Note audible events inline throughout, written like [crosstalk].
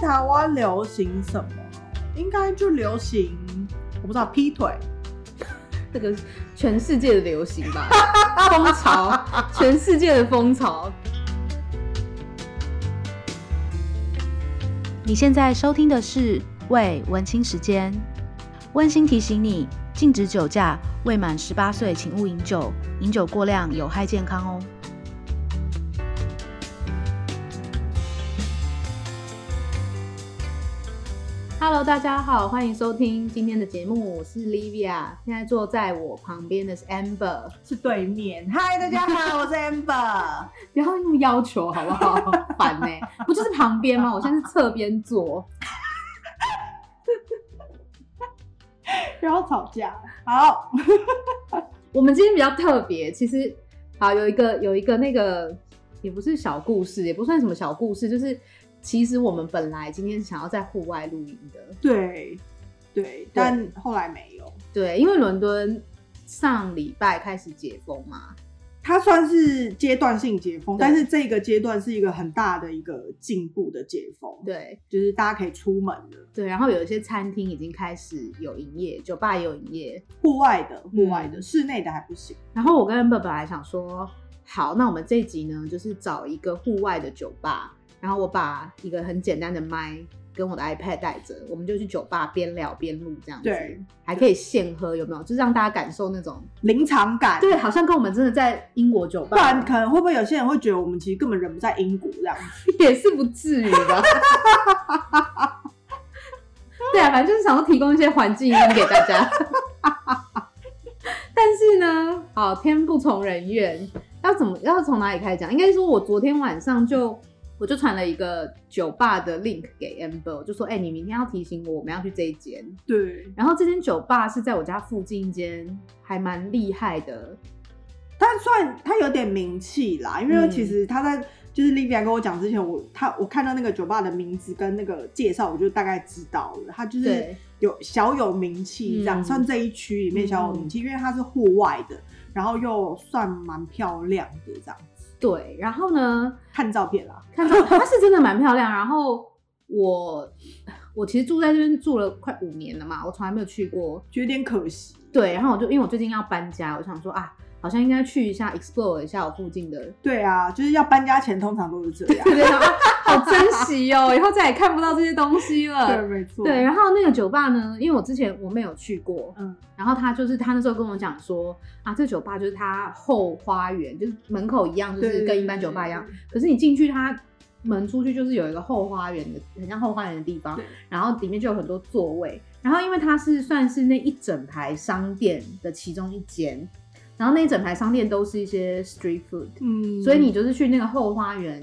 台湾流行什么？应该就流行，我不知道劈腿，这个全世界的流行吧，风潮，全世界的风潮。你现在收听的是《为文青时间》，温馨提醒你：禁止酒驾，未满十八岁请勿饮酒，饮酒过量有害健康哦。 Hello，大家好，欢迎收听今天的节目，我是 Livia，现在坐在我旁边的是 Amber，是对面。嗨，大家好，我是 Amber。不要那么要求好不好？烦呢、不就是旁边吗？我现在是侧边坐，不要吵架。好，我们今天比较特别，其实好有一个有一个那个也不是小故事，也不算什么小故事，就是其实我们本来今天想要在户外露营的，对对，但后来没有。对，因为伦敦上礼拜开始解封嘛，它算是阶段性解封，对但是这个阶段是一个很大的一个进步的解封，对就是大家可以出门了，对，然后有一些餐厅已经开始有营业，酒吧也有营业，户外的、户外的，嗯室内的还不行。然后我跟 Amber 本来想说，好，那我们这一集呢，就是找一个户外的酒吧，然后我把一个很简单的麦跟我的 iPad 带着，我们就去酒吧边聊边录这样子，对，还可以现喝，有没有？就是让大家感受那种，临场感，对，好像跟我们真的在英国酒不吧，然可能会不会有些人会觉得我们其实根本人不在英国这样子？也是不至于的。 [laughs] 对啊，反正就是想要提供一些环境音给大家。 [laughs] 但是呢，好天不从人愿，要怎么要从哪里开始讲？应该说，我昨天晚上就我就传了一个酒吧的 link 给 Amber，我就说，哎、你明天要提醒我，我们要去这一间。对，然后这间酒吧是在我家附近一间还蛮厉害的，但算他有点名气啦，因为嗯其实他在、就是 Livia 跟我讲之前，我他我看到那个酒吧的名字跟那个介绍，我就大概知道了，他就是对有小有名气这样，嗯算这一区里面小有名气，因为它是户外的，然后又算蛮漂亮的这样，对。然后呢，看照片啦，看到它是真的蛮漂亮。然后我我其实住在这边住了快五年了嘛，我从来没有去过。就有点可惜。对，然后我就因为我最近要搬家，我想说啊，好像应该去一下 explore 一下我附近的。对啊，就是要搬家前通常都是这样。对对对，啊好珍惜哦，以后再也看不到这些东 [laughs] 西对，了。没错。对，然后那个酒吧呢，因为我之前我没有去过，嗯，然后他就是他那时候跟我讲说啊，这个酒吧就是他后花园，就是门口一样，就对是跟一般酒吧一样，，可是你进去它门出去就是有一个后花园的，很像后花园的地方对，然后里面就有很多座位，然后因为它是算是那一整排商店的其中一间，然后那一整排商店都是一些 street food，、嗯，所以你就是去那个后花园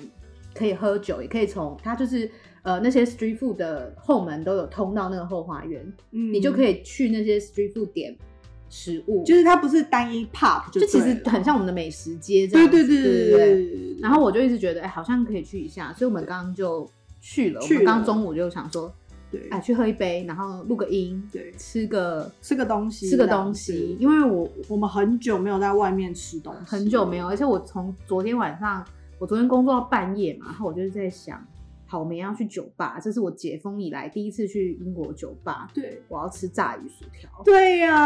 可以喝酒，也可以从它就是。呃，那些 street food 的后门都有通到那个后花园，你你就可以，以去那些 street food 点食物，就是它不是单一 pub，就就其对实了很像我们的美食街这对样对子。对对对对对。然后我就一直觉得，哎、好像可以去一下，所以我们刚刚就去了。去我们刚了中午就想说，对哎，去喝一杯，然后录个音，对吃个吃个东西，吃个东西，因为我我们很久没有在外面吃东西，很久没有，而且我从昨天晚上，我昨天工作到半夜嘛，然后我就是在想，好，我们要去酒吧，这是我解封以来第一次去英国酒吧，对我要吃炸鱼薯条。对呀、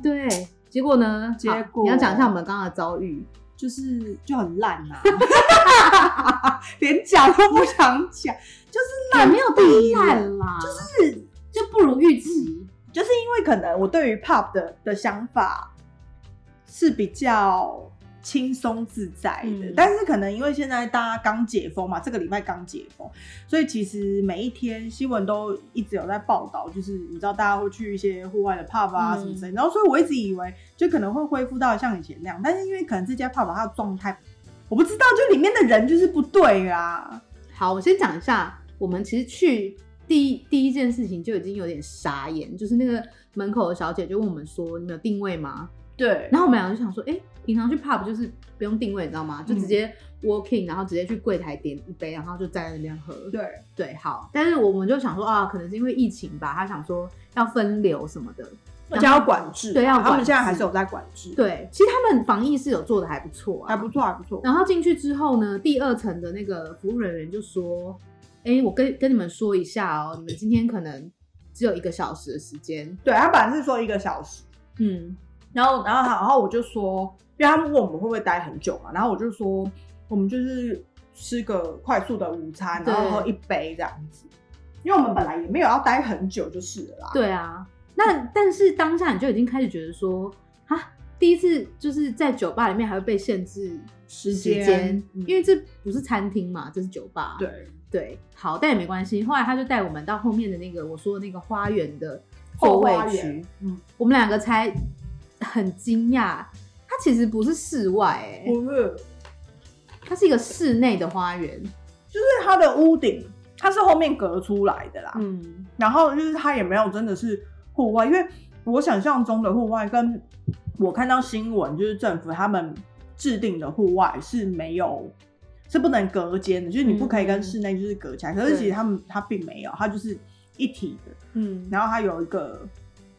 对，结果呢？结好果你要讲一下我们刚刚的遭遇。就是就很烂呐、 [laughs] 啊，连讲都不想讲，就是也烂，没有到烂啦，就是就不如预期。就是因为可能我对于 pub 的的想法是比较轻松自在的，嗯但是可能因为现在大家刚解封嘛，这个礼拜刚解封，所以其实每一天新闻都一直有在报道，就是你知道大家会去一些户外的 pub 啊嗯什么之类的，然后所以我一直以为就可能会恢复到像以前那样，但是因为可能这家 pub 它的状态。我不知道，就里面的人就是不对啊啦。好，我先讲一下，我们其实去第一第一件事情就已经有点傻眼，就是那个门口的小姐就问我们说：“你们有定位吗对？”然后我们俩就想说：“哎、平常去 pub 就是不用定位，你知道吗？就直接 walking，然后直接去柜台点一杯，然后就站在那边喝。对，对，好。但是我们就想说啊，可能是因为疫情吧，他想说要分流什么的。而且要管制，对要管制他们现在还是有在管制，，对，其实他们防疫是有做的还不错啊，还不错，还不错。然后进去之后呢，第二层的那个服务人员就说：“哎，我跟跟你们说一下哦，你们今天可能只有一个小时的时间，对他本来是说一个小时，嗯，然后然后他然后我就说，因为他们问我们会不会待很久嘛，然后我就说我们就是吃个快速的午餐，然后对喝一杯这样子，因为我们本来也没有要待很久就是了啦。对啊。那但是当下你就已经开始觉得说，啊，第一次就是在酒吧里面还会被限制时间嗯因为这不是餐厅嘛，这是酒吧。对，对，好，但也没关系。后来他就带我们到后面的那个我说的那个花园的座后位花区园，，嗯，我们两个才很惊讶，它其实不是室外、欸，不是，它是一个室内的花园。就是它的屋顶，它是后面隔出来的啦，嗯，然后就是它也没有真的是户外，因为我想象中的户外跟我看到新闻，就是政府他们制定的户外是没有是不能隔间的，就是你不可以跟室内就是隔起来。可是其实他们它并没有，它就是一体的，嗯，然后它有一个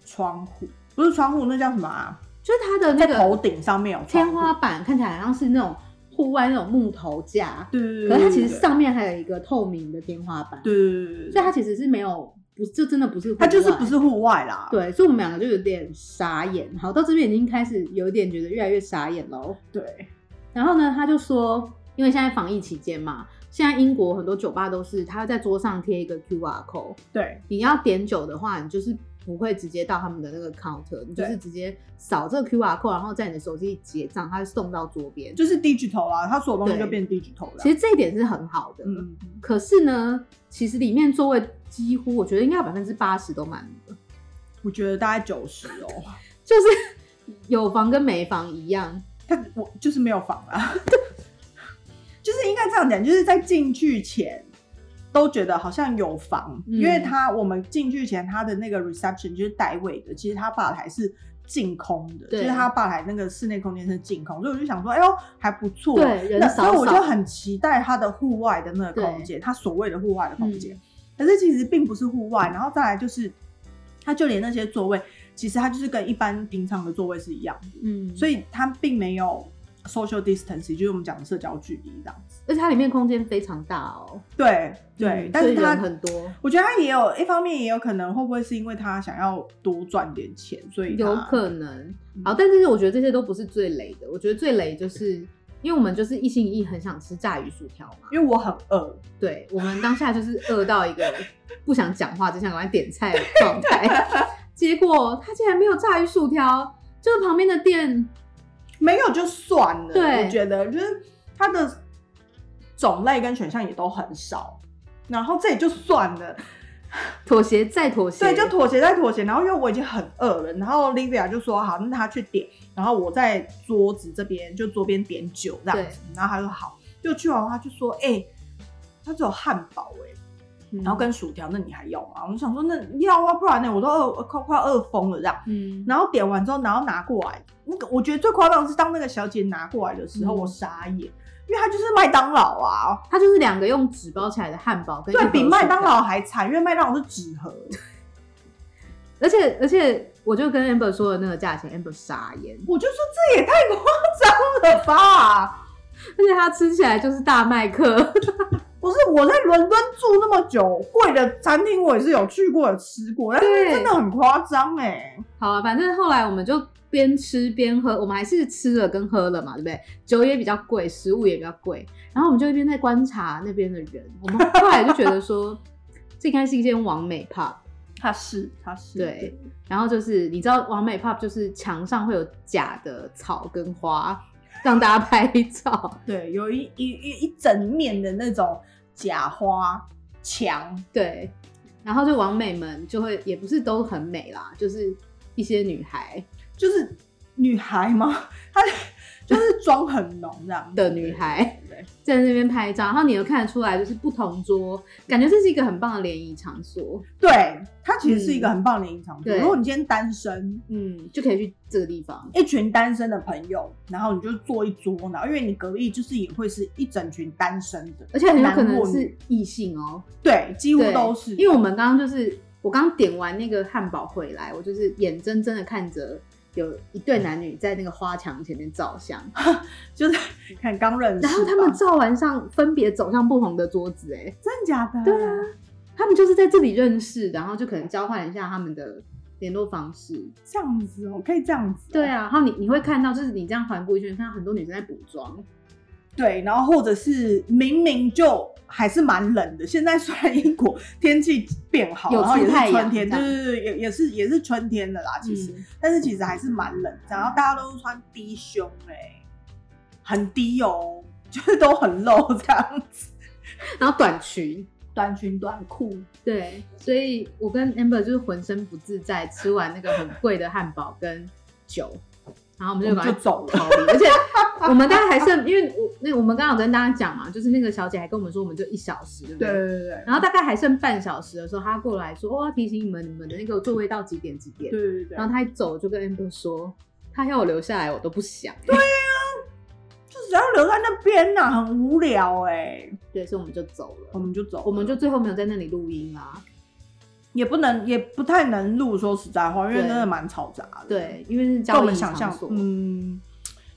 窗户，不是窗户，那叫什么啊？就是它的那在头个顶上面有窗天户花，板看起来好像是那种户外那种木头架，对对对，可是它其实对上面还有一个透明的天花板，嗯对对对对所以对，它其实是没有，不是，这真的不是户外，它就是不是户外啦，对，所以我们两个就有点傻眼。好，到这边已经开始有一点觉得越来越傻眼喽。对然后呢，他就说，因为现在防疫期间嘛，现在英国很多酒吧都是他会在桌上贴一个 QR code，对你要点酒的话，你就是不会直接到他们的那个 counter，你就是对直接扫这个 QR code，然后在你的手机里结账，他就送到桌边。就是 digital 啦，它所有东西对就变 digital 了。其实这一点是很好的，嗯，嗯可是呢，其实里面座位几乎我觉得应该百分之八十都满了，我觉得大概九十哦，就是 [laughs] 有房跟没房一样。他我就是没有房啦， [laughs] 就是应该这样讲，就是在进去前都觉得好像有房，嗯因为他我们进去前他的那个 reception 就是代位的，其实他吧台是。净空的，就对是他吧台那个室内空间是净空，所以我就想说，哎呦还不错，对人那少所以我少就很期待他的户外的那个空间，他所谓的户外的空嗯间，可是其实并不是户外，然后再来就是，他就连那些座位，其实他就是跟一般平常的座位是一样的，嗯，所以它并没有 social distance，就是我们讲的社交距离这样子。而且它里面空间非常大哦，对对，嗯但是所以人它，很多，我觉得它也有一方面也有可能会不会是因为他想要多赚点钱，所以它有可能。啊嗯好，但是我觉得这些都不是最雷的，我觉得最 [laughs] 雷就是。因为我们就是一心一意很想吃炸鱼薯条嘛，因为我很饿，对我们当下就是饿到一 [laughs] 个不想讲话，只想赶快点菜的状态。 [laughs] 结果他竟然没有炸鱼薯条，就是旁边的店，没有就算了。对我觉得就是它的种类跟选项也都很少，然后这也就算了，妥协再妥协，对，就妥协再妥协。然后因为我已经很饿了，然后 Livia 就说好，那她去点，然后我在桌子这边就桌边点酒这样子，然后她说好，就去完她就说哎、欸，她只有汉堡哎、嗯，然后跟薯条，那你还要吗？我就想说那要啊，不然呢我都饿快快饿疯了这样。嗯，然后点完之后，然后拿过来，那个我觉得最夸张的是当那个小姐拿过来的时候，嗯我傻眼，因为她就是麦当劳啊，他就是两个用纸包起来的汉堡跟一盒对比麦当薯条劳还惨，因为麦当劳是纸盒，而且而且，我就跟 Amber 说的那个价钱，Amber 傻眼，我就说这也太夸张了吧。而且它吃起来就是大麦克，不是我在伦敦住那么久，贵的餐厅我也是有去过、有吃过，但是对真的很夸张哎。好啊，反正后来我们就边吃边喝，我们还是吃了跟喝了嘛，对不对？酒也比较贵，食物也比较贵，然后我们就一边在观察那边的人，我们后来就觉得说，这应该是一间完美 pub，他是他是对，然后就是你知道完美 pub 就是墙上会有假的草跟花，让大家拍照，对，有一一一一整面的那种假花墙，对，然后就完美们就会也不是都很美啦，就是一些女孩就是女孩吗？ [laughs] 她就是妆很浓这样子的女孩。对对对 [laughs] 在那边拍照，然后你又看得出来，就是不同桌，感觉这是一个很棒的联谊场所，对，她其实是一个很棒的隐藏。嗯对如果你今天单身，嗯，就可以去这个地方，一群单身的朋友，然后你就坐一桌，然后因为你隔壁就是也会是一整群单身的，而且很有可男能或是女异性哦、对，几乎对都是，因为我们刚刚就是我刚点完那个汉堡回来，我就是眼睁睁的看着有一对男女在那个花墙前面 [laughs] 照相，就是看刚认识吧，然后他们照完相分别走向不同的桌子、哎，真的假的？对啊，他们就是在这里认识，然后就可能交换一下他们的联络方式。这样子哦，可以这样子哦、对啊，然后你你会看到，就是你这样环顾一圈，看到很多女生在补妆，嗯对，然后或者是明明就还是蛮冷的，现在虽然英国天气变好，有然后也出太是春阳天，这对样对对，也也是也是春天的啦，其实，嗯但是其实还是蛮冷的，然后大家都穿低胸哎、很低哦，就是都很露这样子，然后短裙。短裙短裤，对，所以我跟 Amber 就是浑身不自在，吃完那个很贵的汉堡跟酒，然后我们就我们就赶快走了逃离，而且我们大概还剩，因为我那我们刚好跟大家讲嘛，就是那个小姐还跟我们说，我们就一小时，对不对对？对对对然后大概还剩半小时的时候，她过来说：“我要提醒你们，你们的那个座位到几点几点对。对对，然后她一走就跟 Amber 说，她要我留下来，我都不想。就只要留在那边呐、很无聊哎、对，所以我们就走我了。们就走了，我们就最后没有在那里录音啊啦、也不能也不太能录，说实在话，因为对真的蛮嘈杂的，。对，因为是跟我交易们想象场，所，嗯，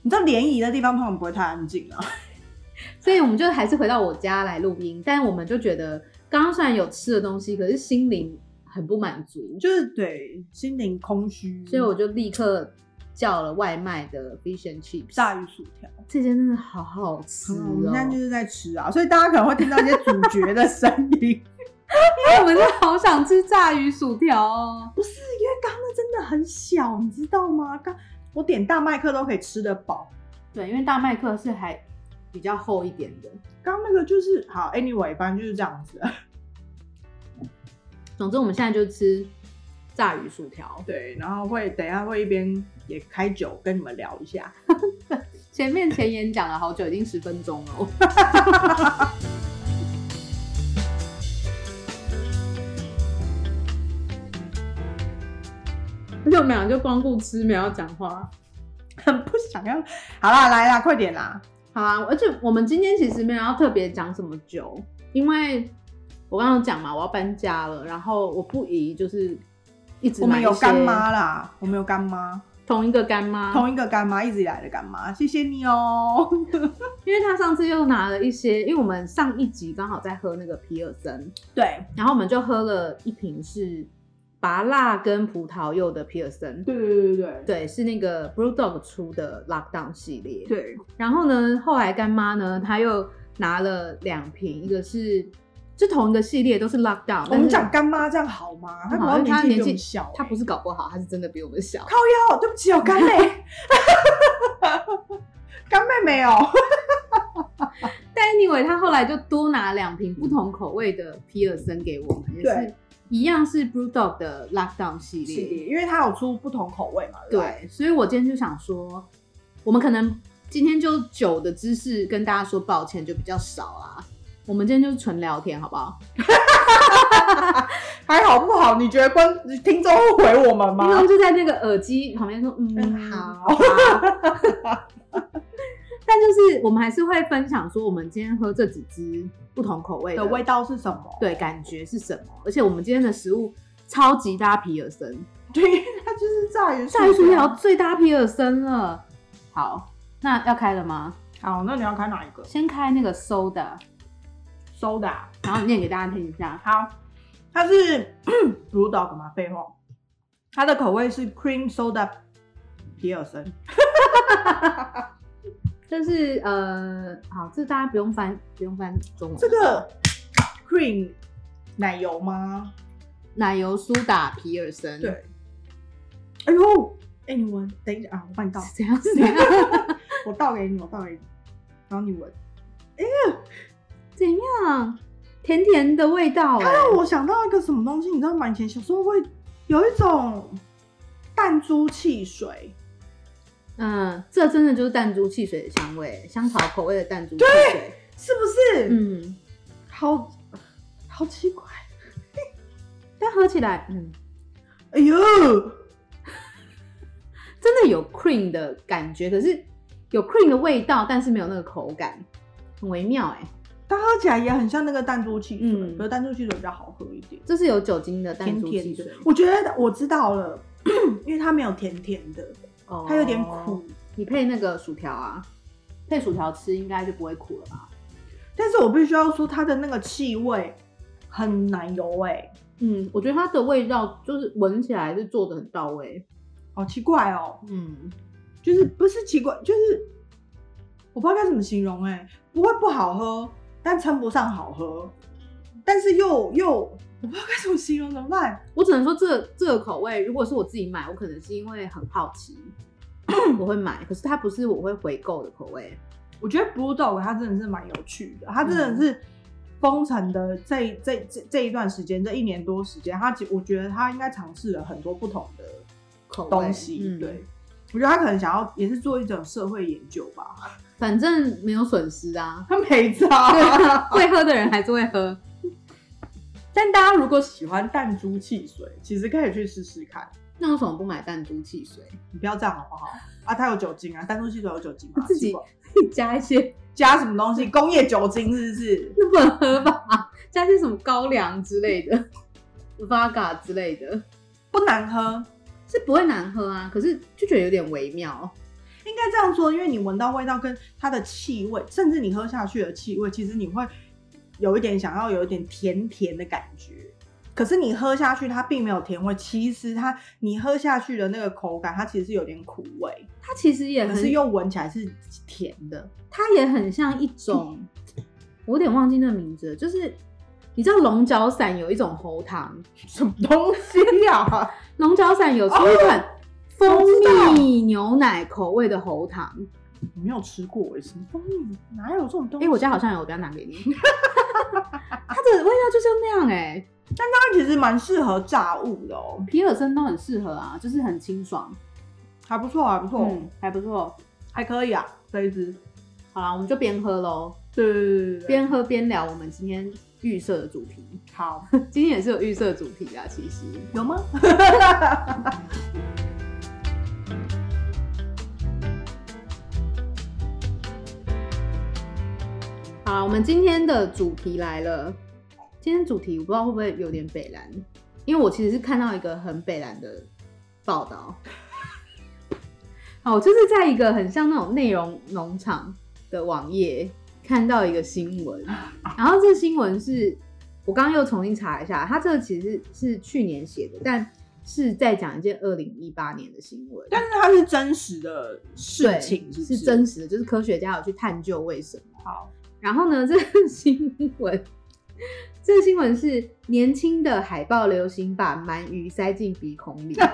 你知道联谊的地方通常不会太安静啊，所以我们就还是回到我家来录音，但我们就觉得刚刚虽然有吃的东西，可是心灵很不满足，就是对心灵空虚，所以我就立刻叫了外卖的 fish and chips，炸鱼薯条，这间真的好好吃嗯哦、我们现在就是在吃啊，所以大家可能会听到一些主角的声音， [laughs] 我们真的好想吃炸鱼薯条哦。不是因为刚刚那真的很小，你知道吗？刚我点大麦克都可以吃得饱，对，因为大麦克是还比较厚一点的。刚刚那个就是好，anyway，反正就是这样子，啊总之，我们现在就吃炸鱼薯条。 [laughs] 对，然后会等一下会一边也开酒跟你们聊一下，前面前言讲了好久，已经十分钟了。 [laughs] 而且我们俩就光顾吃，没有讲话。很不想要，好啦，来啦，快点啦，好啊，而且我们今天其实没有要特别讲什么酒，因为我刚刚有讲嘛，我要搬家了，然后我不宜就是一直我们买一有干些妈啦，我们有干妈。同一个干妈，同一个干妈，一直以来的干妈，谢谢你哦。因为他上次又拿了一些，因为我们上一集刚好在喝那个皮尔森， [laughs] 对然后我们就喝了一瓶是拔蜡跟葡萄柚的皮尔森，对对对对对，是那个 Brew Dog 出的 Lockdown 系列。，对然后呢，后来干妈呢，她又拿了两瓶，一个是就同一个系列，都是 Lockdown，我们哦讲但干妈这样好吗？她好嗯好因为她像年纪比我年们纪小、欸是她不是搞不好，她是真的比我们小。靠腰，对不起哦，干 [laughs] 妹，干妹没有，但 anyway，她后来就多拿两瓶不同口味的皮尔森给我们，也是对一样是 Brew Dog 的 Lockdown 系列。因为她有出不同口味嘛。不，对，所以我今天就想说，我们可能今天就酒的知识跟大家说抱歉，就比较少啦。我们今天就是纯聊天，好不好？还好不好？你觉得观听众会回我们因为吗我？就在那个耳机旁边说，嗯，嗯好好。但就是我们还是会分享说，我们今天喝这几支不同口味的味道是什么？对，感觉是什么？而且我们今天的食物超级搭皮尔森，对，因为它就是炸鱼炸鱼薯条。最搭皮尔森了。好，那要开了吗？好，那你要开哪一个先开那个 soda， ？soda。然后念给大家听一下。好，它是 [coughs] 乳岛干嘛？废话，它的口味是 cream soda 皮尔森。就是呃，好，这大家不用翻，不用翻中文。这个 cream 奶油吗？奶油苏打皮尔森，，对。哎呦，哎、你闻，等一下啊，我 [laughs] 帮你倒，是这样是这样，我倒给你，我倒给你，然后你闻。怎样？甜甜的味道、哎，那我想到一个什么东西，你知道吗？以前小时候会有一种弹珠汽水，嗯，这真的就是弹珠汽水的香味，香草口味的弹珠汽水，是不是？嗯，好好奇怪。但喝起来，嗯，哎呦，真的有 cream 的感觉，可是有 cream 的味道，但是没有那个口感，很微妙、哎，它喝起来也很像那个弹珠汽水，嗯可是弹珠汽水比较好喝一点。这是有酒精的弹甜珠甜汽水的，我觉得我知道了， [clears throat] 因为它没有甜甜的，哦它有点苦。。你配那个薯条啊，配薯条吃应该就不会苦了吧？但是我必须要说，它的那个气味很奶油哎、嗯，我觉得它的味道就是闻起来是做的很到位。好奇怪哦、嗯，就是不是奇怪，就是我不知道该怎么形容哎、不会不好喝，但称不上好喝，但是又又我不知道该怎么形容，怎么办？我只能说这这个口味，如果是我自己买，我可能是因为很好奇， [clears throat] 我会买。可是它不是我会回购的口味。我觉得 Blue Dog 它真的是蛮有趣的，它真嗯的是封城的这这这这一段时间，这一年多时间，它其我觉得它应该尝试了很多不同的口味东西，嗯对。我觉得他可能想要也是做一种社会研究吧，。反正没有损失啊他没差。 [laughs] 会喝的人还是会喝。但大家如果喜欢弹珠汽水，其实可以去试试看。那为什么不买弹珠汽水？ [laughs] 你不要这样好不好？啊，它有酒精啊，弹珠汽水有酒精吗？自己奇怪加一些，加什么东西？工业酒精是不是？那不能喝吧？加一些什么高粱之类的 v a g a 之类的，不难喝，是不会难喝啊。可是就觉得有点微妙。应该这样说，因为你闻到味道跟它的气味，甚至你喝下去的气味，其实你会有一点想要有一点甜甜的感觉。可是你喝下去，它并没有甜味，其实它你喝下去的那个口感，它其实是有点苦味，它其实也可很是又闻起来是甜的。它也很像一种，我有点忘记那个名字了，就是你知道龙角散有一种喉糖，什么东西啊？龙角散有出一款蜂蜜牛奶口味的喉糖，我没有吃过哎、什么东西？哪有这种东哎、西？我家好像有，我等一下拿给你。 [laughs] 它的味道就像那样哎、它其实蛮适合炸物的哦、皮尔森都很适合啊，就是很清爽，还不错，还不错，嗯，还不错。还可以啊，这一支。好啦，我们就边喝喽，对对对对对，边喝边聊我们今天预设的主题。好，今天也是有预设主题啊，其实有吗？好啦，我们今天的主题来了。今天主题我不知道会不会有点北蓝，因为我其实是看到一个很北蓝的报道。好，我就是在一个很像那种内容农场的网页看到一个新闻，然后这新闻是我刚刚又重新查一下，它这个其实是去年写的，但是在讲一件二零一八年的新闻。但是它是真实的事对，情，是不是真实的，就是科学家有去探究为什么。好，然后呢，这个新闻，这个新闻是年轻的海豹流行把鳗鱼塞进鼻孔里。 [laughs]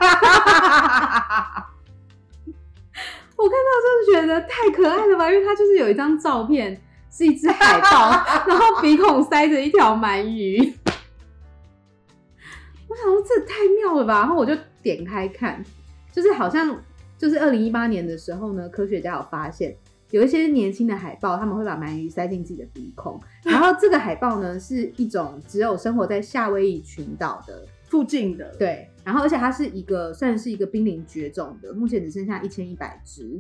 我看到真的觉得太可爱了吧，因为它就是有一张照片是一只海豹，然后鼻孔塞着一条鳗鱼。 [laughs] 我想说这太妙了吧，然后我就点开看，就是好像就是二零一八年的时候呢，科学家有发现有一些年轻的海豹，他们会把鳗鱼塞进自己的鼻孔，然后这个海豹呢是一种只有生活在夏威夷群岛的附近的，，对，然后而且它是一个算是一个濒临绝种的，目前只剩下一千一百只。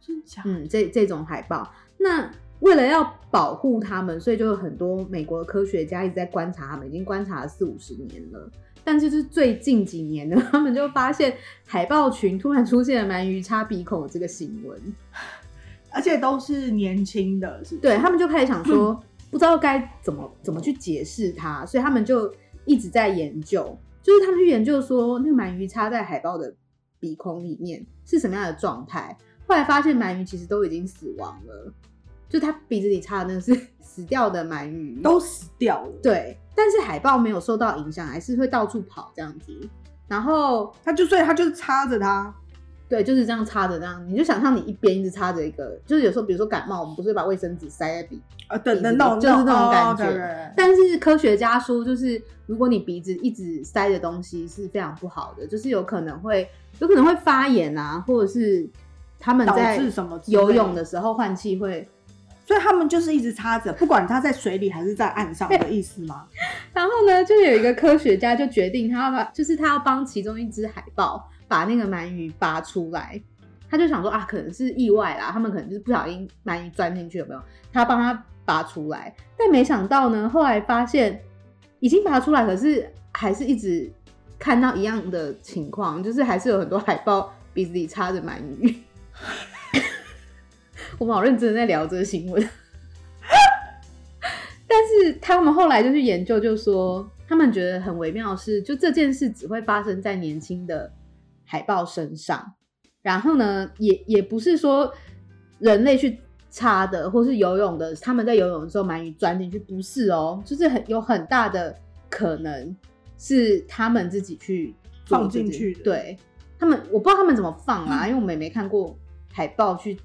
真假？嗯，这这种海豹，那为了要保护它们，所以就有很多美国科学家一直在观察它们，已经观察了四五十年了。但是就是最近几年呢， [laughs] 他们就发现海豹群突然出现了鳗鱼插鼻孔的这个新闻，而且都是年轻的，是不是对他们就开始想说，不知道该怎么怎么去解释它，所以他们就一直在研究，就是他们去研究说那个鳗鱼插在海豹的鼻孔里面是什么样的状态。后来发现鳗鱼其实都已经死亡了，就它鼻子里插的那是 [laughs] 死掉的鳗鱼，都死掉了，对，但是海豹没有受到影响，还是会到处跑这样子。然后他就所以他就是插着它，对，就是这样插着这样，你就想象你一边一直插着一个，就是有时候比如说感冒，我们不是会把卫生纸塞在鼻呃，等等那种就是那种哦感觉对对对但是科学家说，就是如果你鼻子一直塞的东西是非常不好的，就是有可能会有可能会发炎啊，或者是他们导在致什么之类游泳的，时候换气会。所以他们就是一直插着，不管它在水里还是在岸上的意思吗？然后呢，就有一个科学家就决定他要把，就是他要帮其中一只海豹把那个鳗鱼拔出来。他就想说啊，可能是意外啦，他们可能就是不小心鳗鱼钻进去，有没有？他帮他拔出来，但没想到呢，后来发现已经拔出来，可是还是一直看到一样的情况，就是还是有很多海报鼻子里插着鳗鱼。 [laughs] 我们好认真的在聊这个新闻， [laughs] 但是他们后来就去研究，就说他们觉得很微妙的是，就这件事只会发生在年轻的海豹身上，然后呢，也也不是说人类去插的，或是游泳的，他们在游泳的时候鳗鱼钻进去，不是哦，就是很有很大的可能是他们自己去做放进这件去的对他们我不知道他们怎么放啦，嗯因为我们也没看过海豹去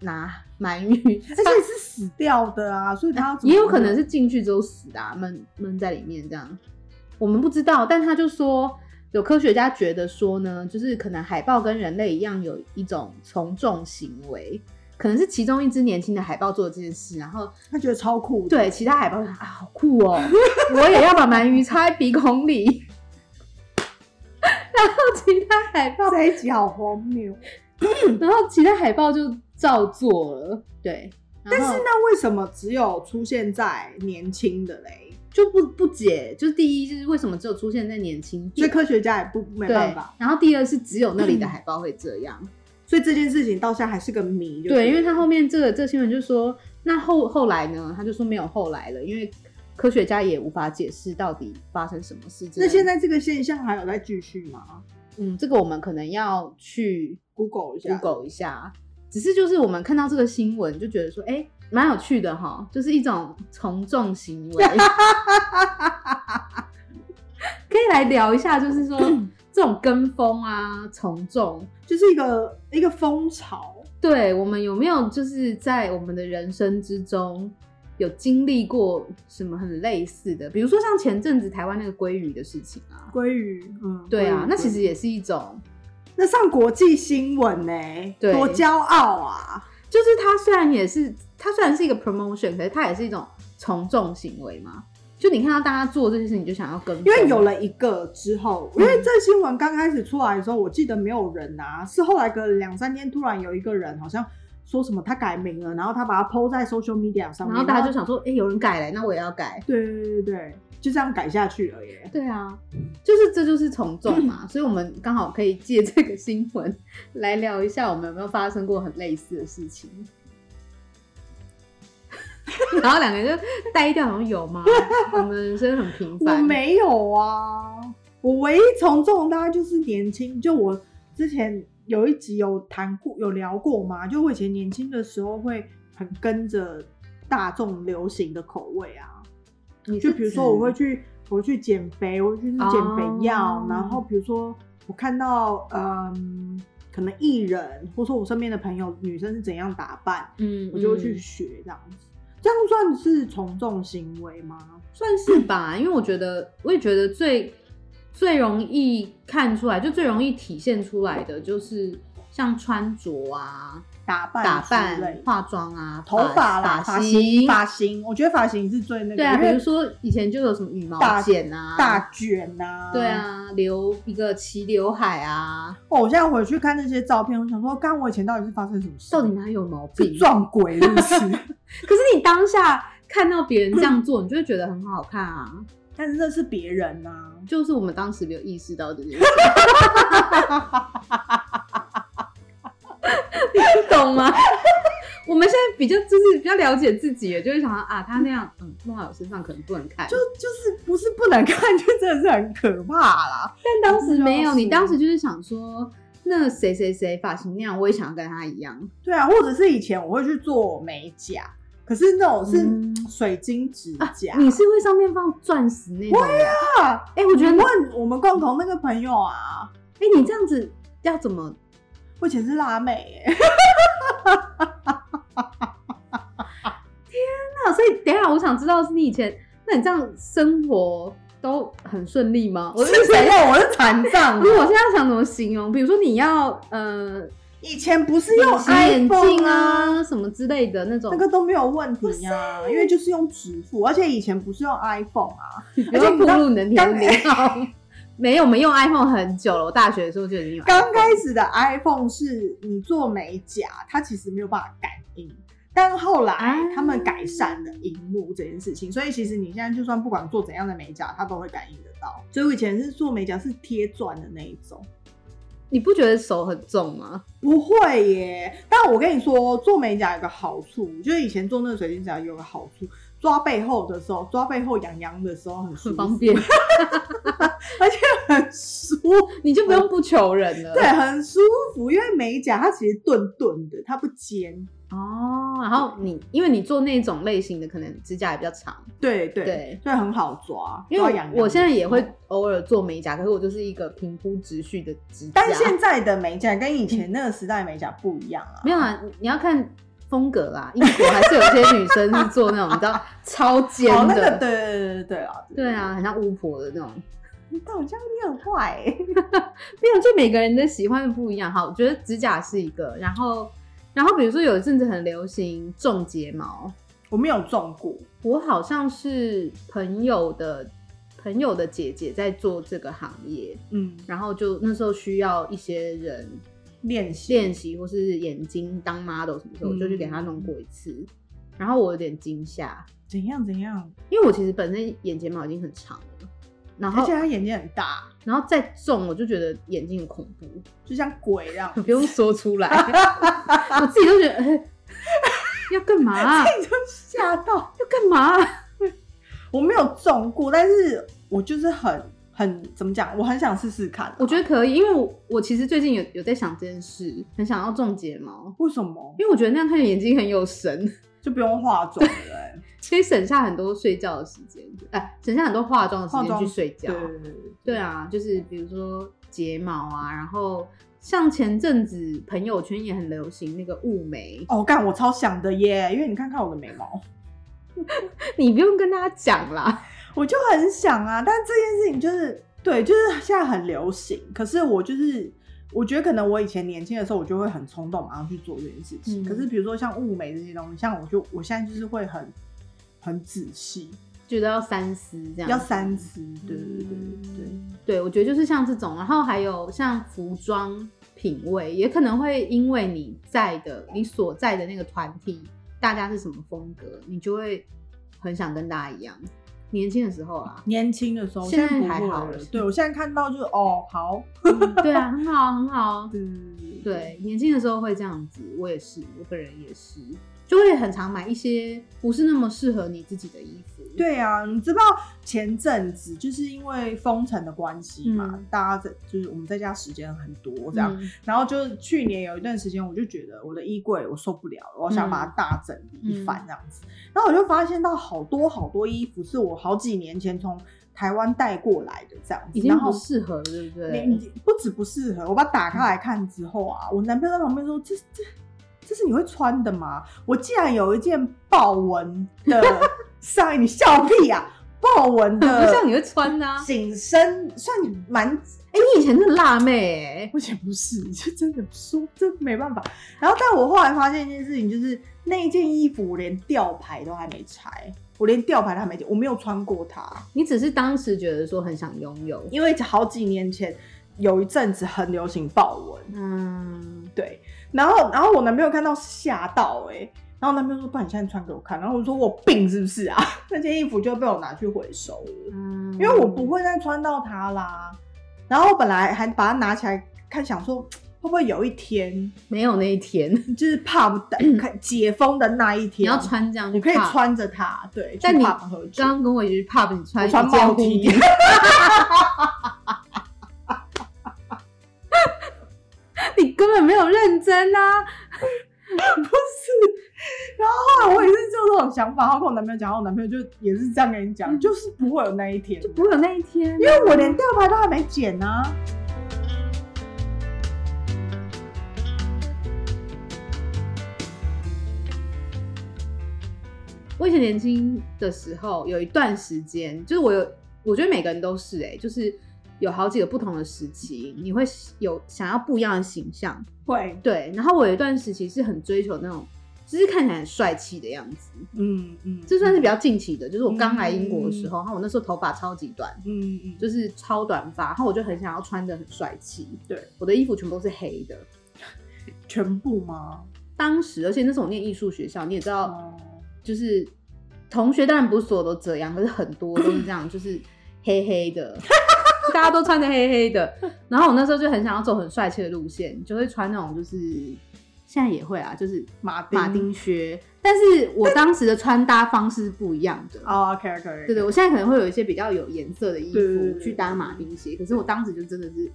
拿鳗鱼，而且是死掉的啊，所以他要怎么也有可能是进去之后死的、啊，闷闷在里面这样，我们不知道。但他就说，有科学家觉得说呢，就是可能海豹跟人类一样有一种从众行为，可能是其中一只年轻的海豹做了这件事，然后他觉得超酷的，对其他海豹就啊好酷哦，我也要把鳗鱼插在鼻孔里， [laughs] 然后其他海豹这一集好荒嗯谬。然后其他海豹就照做了，对。但然后是那为什么只有出现在年轻的嘞？就不不解，就是第一就是为什么只有出现在年轻所以点，科学家也不没对办法，。然后第二是只有那里的海报会这样，所以这件事情到现在还是个谜。就对，是因为他后面这个这个新闻就说，那后后来呢，他就说没有后来了，因为科学家也无法解释到底发生什么事。那现在，在这个现象还有在继续吗嗯，这个我们可能要去？Google 一下 Google 一下。只是就是我们看到这个新闻，就觉得说，哎、蛮有趣的哈，就是一种从众行 [laughs] 为。可以来聊一下，就是 [laughs] 说这种跟风啊、从众，就是一个一个风潮，对我们有没有就是在我们的人生之中有经历过什么很类似的？比如说像前阵子台湾那个鲑鱼的事情啊，鲑鱼，嗯，对鲑啊鱼，那其实也是一种那上国际新闻呢、对多骄傲啊！就是它虽然也是它虽然是一个 promotion，可是它也是一种从众行为嘛。就你看到大家做这件事，你就想要跟风，因为有了一个之后，因嗯为这新闻刚开始出来的时候，我记得没有人啊，是后来隔两三天突然有一个人好像说什么他改名了，然后他把它 PO 在 social media 上然面，后大家就想说，哎、有人改了，那我也要改。对对对对，就这样改下去了耶。对啊，就是这就是从众嘛，所以我们刚好可以借这个新闻来聊一下，我们有没有发生过很类似的 [laughs] 事情。然后两个人就呆掉，好像有吗？我们人生很平我凡，没有啊，我唯一从众大概就是年轻，就我之前有一集有谈过，有聊过嘛，就我以前年轻的时候会很跟着大众流行的口味啊，你是就比如说我会去，我会去减肥，我会去吃减肥药，哦然后比如说我看到嗯，可能艺人或者说我身边的朋友女生是怎样打扮，指，嗯，我就会嗯去学这样子，这样算是从众行为吗？算是吧，因为我觉得，我也觉得最最容易看出来，就最容易体现出来的，就是像穿着啊、打扮打之类扮的、化妆啊、头发啦、发发型、发型，我觉得发型是最那个，对啊，因比如为说以前就有什么羽毛大剪啊，大卷呐、对。啊，留一个齐刘海啊，哦，我现在回去看那些照片，我想说，刚我以前到底是发生什么事？到底哪有毛病是？撞鬼是不 [laughs] 是？可是你当下看到别人这样做，你就会觉得很好看啊。但是那是别人呐、啊。就是我们当时没有意识到这件事，你 [laughs] 懂吗？我们现在比较就是比较了解自己了，就会想到啊，他那样，嗯，弄到我身上可能不能看。就就是不是不能看，就 [laughs] 真的是很可怕啦。但当时不没知道有，是你当时就是想说，那谁谁谁发型那样，我也想要跟他一样。对啊，或者是以前我会去做美甲，可是那种是嗯水晶指甲。你是会上面放钻石那种？啊会啊！啊，哎、我觉得你，哎、问我们共同那个朋友啊，你这样子要怎么？我以前是辣妹、欸，那所以等一下，我想知道是你以前，那你这样生活都很顺利吗？我是 [laughs] 谁让我是残障啊因？为我现在想怎么形容，比如说你要呃以前不是用隐形眼 iPhone 镜啊，啊什么之类的那种，那个都没有问题啊，因为就是用指付，而且以前不是用 iPhone 啊，不要暴露你的年龄哦。 [laughs] 没有，我们用 iPhone 很久了，我大学的时候就已经有 iPhone。刚开始的 iPhone 是你做美甲，它其实没有办法感应，但后来啊他们改善了荧幕这件事情，所以其实你现在就算不管做怎样的美甲，它都会感应得到。所以我以前是做美甲是贴钻的那一种，你不觉得手很重吗？不会耶。但我跟你说，做美甲有个好处，就是以前做那个水晶指甲有个好处，抓背后的时候，抓背后痒痒的时候很舒服，很方便，而且很舒你就不用不求人了。对，很舒服。因为美甲它其实钝钝的，它不尖。哦，然后你因为你做那种类型的，可能指甲也比较长，对对对所以很好抓。因抓为痒痒我我现在的也时会候。偶尔做美甲，可是我就是一个平铺直叙的指甲。但现在的美甲跟以前那个时代美甲不一样啊，没有啊，你你要看风格啦。英国还是有些女生是做那种你知 [laughs] 道超尖哦，那个的，对对对对对啊，对啊，很像巫婆的那种。对，但我这样你很坏欸，没有，就每个人的喜欢的不一样。好，我觉得指甲是一个，然后然后比如说有一阵子很流行种睫毛，我没有中过，我好像是朋友的朋友的姐姐在做这个行业，嗯，然后就那时候需要一些人练习练习或是眼睛当 model 什么时候，嗯我就去给她弄过一次，然后我有点惊吓，怎样怎样，因为我其实本身眼睫毛已经很长了，然而后且他眼睛很大，然后再种，我就觉得眼睛很恐怖，就像鬼一 [laughs] 样，不用说出 [laughs] 来，我自己都觉得、 [laughs] 哎要干嘛啊、你就吓到。要干嘛啊？我没有中过，但是我就是很很怎么讲，我很想试试看啊、我觉得可以，因为我我其实最近有有在想这件事，很想要种睫毛，为什么因为我觉得那样看起来眼睛很有神，就不用化妆了、欸？可以省下很多睡觉的时间，哎、省下很多化妆的时化间妆去睡觉。对对对 [laughs] 对啊，就是比如说睫毛啊，然后像前阵子朋友圈也很流行那个雾眉，哦，干我超想的耶，因为你看看我的眉毛，你不用跟大家 [laughs] 讲啦，我就很想啊。但这件事情就是对，就是现在很流行，可是我就是。我觉得可能我以前年轻的时候，我就会很冲动，马上去做这件事情。嗯可是比如说像雾眉这些东西，像我就我现在就是会很很仔细，觉得要三思这样，要三思。对对对对对。，嗯对，我觉得就是像这种，然后还有像服装品味，也可能会因为你在的你所在的那个团体，大家是什么风格，你就会很想跟大家一样。年轻的时候 [laughs] 啊年轻的时候，现在不还会好了了。对我现在看到就是哦，好，嗯对啊，很好，很好。对对，年轻的时候会这样子，我也是，我个人也是，就会很常买一些不是那么适合你自己的衣服。，对啊，你知道前阵子就是因为封城的关系嘛，嗯大家在就是我们在家时间很多这样，然后就是去年有一段时间，我就觉得我的衣柜我受不了了，我想嗯把它大整理一番这样子。然后我就发现到好多好多衣服是我好几年前从台湾带过来的这样已子，经然后不适合了，对不你对？你不止不适合，我把它打开来看之后啊，我男朋友在旁边说：“这这这是你会穿的吗？”我竟然有一件豹纹 [laughs] 的上衣，你笑屁啊！豹纹很 [laughs] 不像的你会穿的、啊。紧身算蛮，哎、你以前是辣妹哎、目前不是，这真的说真没办法。然后，但我后来发现一件事情，就是那一件衣服我连吊牌都还没拆，我连吊牌都还没，我没有穿过它。你只是当时觉得说很想拥有，因为好几年前有一阵子很流行豹纹，嗯，对，然后然后我男朋友看到吓到哎、欸，然后男朋友说：“不然你现在穿给我看。”然后我说：“我有病是不是啊？” [laughs] 那件衣服就被我拿去回收了，嗯因为我不会再穿到它啦。然后我本来还把它拿起来看，想说会不会有一天没有那一天， [laughs] 就是怕不到看解封的那一你天，要穿这样，我可以。穿着它，对，但去你 pub 喝酒刚刚跟我一起去 pub，你穿我一件穿帽 [laughs] T，hoodie，你根本没有认真啊！啊，我也是就这种想法。然后跟我男朋友讲，然后我男朋友就也是这样跟你嗯讲，就是不会有那一天，就不会有那一天、啊因为我连吊牌都还没剪呢、啊。我以前年轻的时候，有一段时间，就是我有，我觉得每个人都是哎、就是有好几个不同的时期，你会有想要不一样的形象，会，对。然后我有一段时期是很追求那种，就是看起来很帅气的样子，嗯嗯，这算是比较近期的，就是我刚来英国的时候，然后我那时候头发超级短，嗯嗯，就就是超短发，然后我就很想要穿的很帅气。对，我的衣服全部都是黑的，全部吗？当时，而且那时候我念艺术学校，你也知道，哦就是同学当然不是所有都这样，可是很多都是这 [laughs] 样，就是黑黑的，大家都穿的黑黑的。然后我那时候就很想要走很帅气的路线，就会穿那种就是现在也会啊，就是马丁马丁靴。嗯但是我当时的穿搭方式是不一样的。哦，OK OK，对对，我现在可能会有一些比较有颜色的衣对对对服对去搭马丁鞋，可是我当时就真的是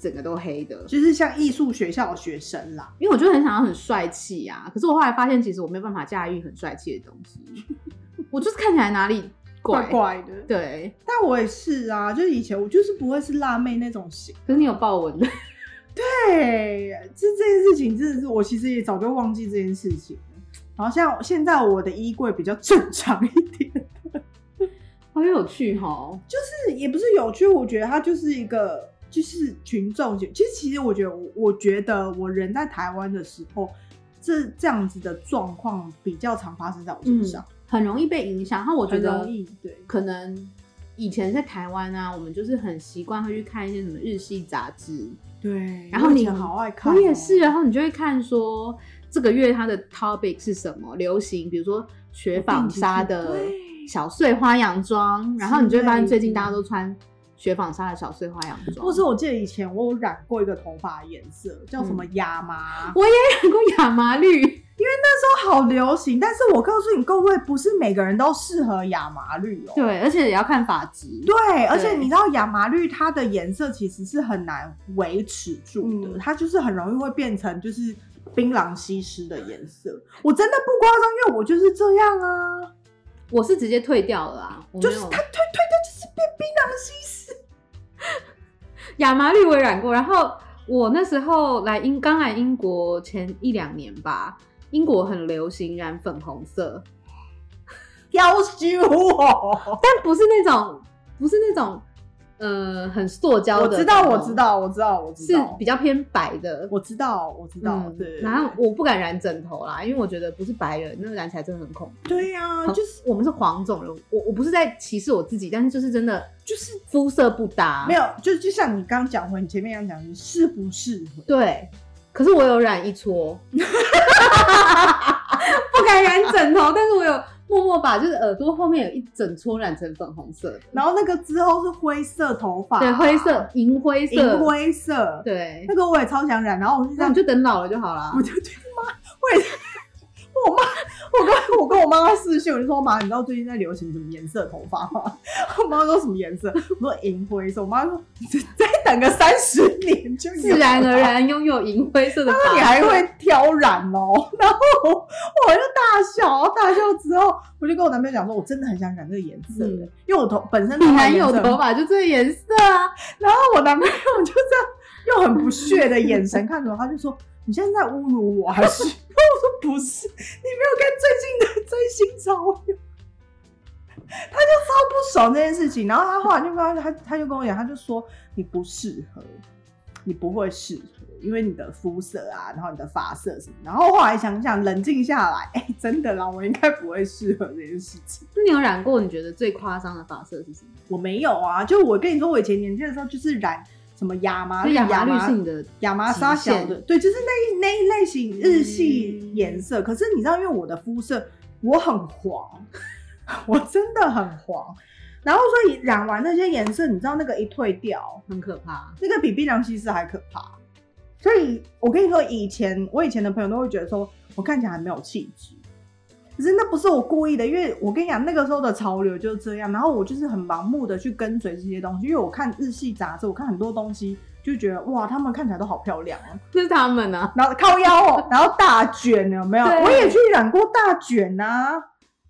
整个都黑的，就是像艺术学校的学生啦，因为我就很想要很帅气啊。可是我后来发现，其实我没有办法驾驭很帅气的东 [laughs] 西，我就是看起来哪里怪怪怪的。对，但我也是啊，就是以前我就是不会是辣妹那种型。可是你有豹纹的，对，这这件事情真的是我其实也早就忘记这件事情了。然后像现在我的衣柜比较正常一点，好有趣哦哈。就是也不是有趣，我觉得它就是一个就是群众性。其实其实我觉得我我觉得我人在台湾的时候，这这样子的状况比较常发生在我身上，很容易被影响。然后我觉很得容易对。可能以前在台湾啊，我们就是很习惯会去看一些什么日系杂志，对，然后我以你前好爱看哦、我也是，啊然后你就会看说这个月它的 topic 是什么流行，比如说雪纺纱我的定期去对小碎花洋装，然后你就会发现之类最的近大家都穿雪纺纱的小碎花洋装。或是我记得以前我有染过一个头发的颜色，叫什么嗯亚麻，我也染过亚麻绿，那时候好流行。但是我告诉你各位，不是每个人都适合亚麻绿哦。对，而且也要看发质。对，而且你知道亚麻绿它的颜色其实是很难维持住的，嗯它就是很容易会变成就是槟榔西施的颜色。我真的不夸张，因为我就是这样啊，我是直接退掉了啊，我没就是有它推推的就是变槟榔西施。亚麻绿我也染过，然后我那时候来英刚来英国前一两年吧，英国很流行染粉红色，要羞 [laughs] 我！但不是那种不是那种呃很塑胶我的，知道，我知，道，我知道，我知是道比，较偏白的。我知道，我知道，嗯对。然后我不敢染枕头啦，因为我觉得不是白人，那个染起来真的很恐怖。对呀、好就是我们是黄种人，我我不是在歧视我自己，但是就是真的就是肤色不搭，没有，就就像你刚刚讲回你前面刚讲的，适不适合？对，可是我有染 [laughs] 一撮，不敢染枕头，但是我有默默把就是耳朵后面有一整撮染成粉红色的，然后那个之后是灰色头发，对灰、色、银灰色、银，灰色，对那。个我也超想染，然后我就这那我样，就等老了就好了我。就对妈，我也是，我妈，我跟我跟我妈妈视讯，我就说妈，你知道最近在流行什么颜色的头发吗？我妈说什么颜色？我说银灰色，我妈说再等个三十年就有自然而了然拥有银灰 [laughs] 色的发那色，你还会挑染哦？然后我我就大笑，大笑之后，我就跟我男朋友讲说，我真的很想染这个颜色、嗯因为我头本身你头发还颜有色头发就这个颜色啊？然后我男朋友就这样用很不屑的眼神看着我，他就说：“你现在在侮辱我还是？” [laughs] 然后我说：“不是，你没有看最近的追星潮流。”他就超不爽这件事情，然后他后来就跟他他他就跟我讲，他就说：“你不适合，你不会适合，因为你的肤色啊，然后你的发色什么。”然后后来想想，冷静下来， [laughs] 哎、真的啦，我应该不会适合这件事情。那你有染过你觉得最夸张的发色是什么？我没有啊，就我跟你说，我以前年轻的时候就是染什么亚麻就绿、亚麻绿是你的亚麻纱小极的，限嗯对，就是那一那一类型日系颜色。可是你知道，因为我的肤色我很黄， [laughs] 我真的很黄。然后所以染完那些颜色，你知道那个一退掉，很可怕。 [laughs] 那个比碧良西施还可怕。所以我跟你说，以前我以前的朋友都会觉得说我看起来很没有气质，可是那不是我故意的，因为我跟你讲那个时候的潮流就是这样，然后我就是很盲目的去跟随这些东西，因为我看日系杂志，我看很多东西就觉得哇，他们看起来都好漂亮哦、那是他们啊，然后靠腰哦，然后大卷有没有？对我也去染过大卷啊，